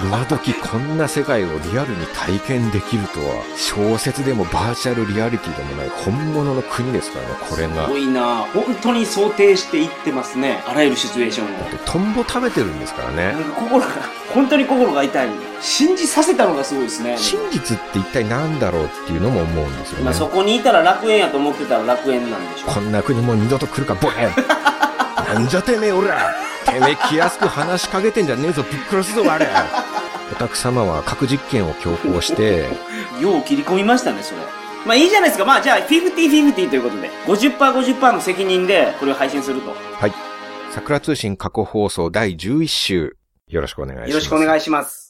Speaker 5: 今時こんな世界をリアルに体験できるとは、小説でもバーチャルリアリティでもない本物の国ですからね、これが
Speaker 2: す。ごいな本当に想定していってますね。あらゆるシチュエーションを。
Speaker 5: でトンボ食べてるんですから
Speaker 2: な
Speaker 5: ね。
Speaker 2: んか心が、本当に心が痛い。信じさせたのがすごいですね。
Speaker 5: 真実って一体何だろうっていうのも思うんですよ
Speaker 2: ま
Speaker 5: ね
Speaker 2: あ、。そこにいたら楽園やと思ってたら楽園なんでしょう。
Speaker 5: こんな国もう二度と来るか、 ボケなんじゃてめえ、おらてめえ、気安く話しかけてんじゃねえぞ、ぶっ殺すぞ、我お宅様は核実験を強行して、
Speaker 2: よう切り込みましたね、それ。まあいいじゃないですか。まあじゃあ、50-50ということで、50%50% の責任でこれを配信すると。
Speaker 5: 桜通信過去放送第11週、よろしくお願いします。
Speaker 1: よろしくお願いします。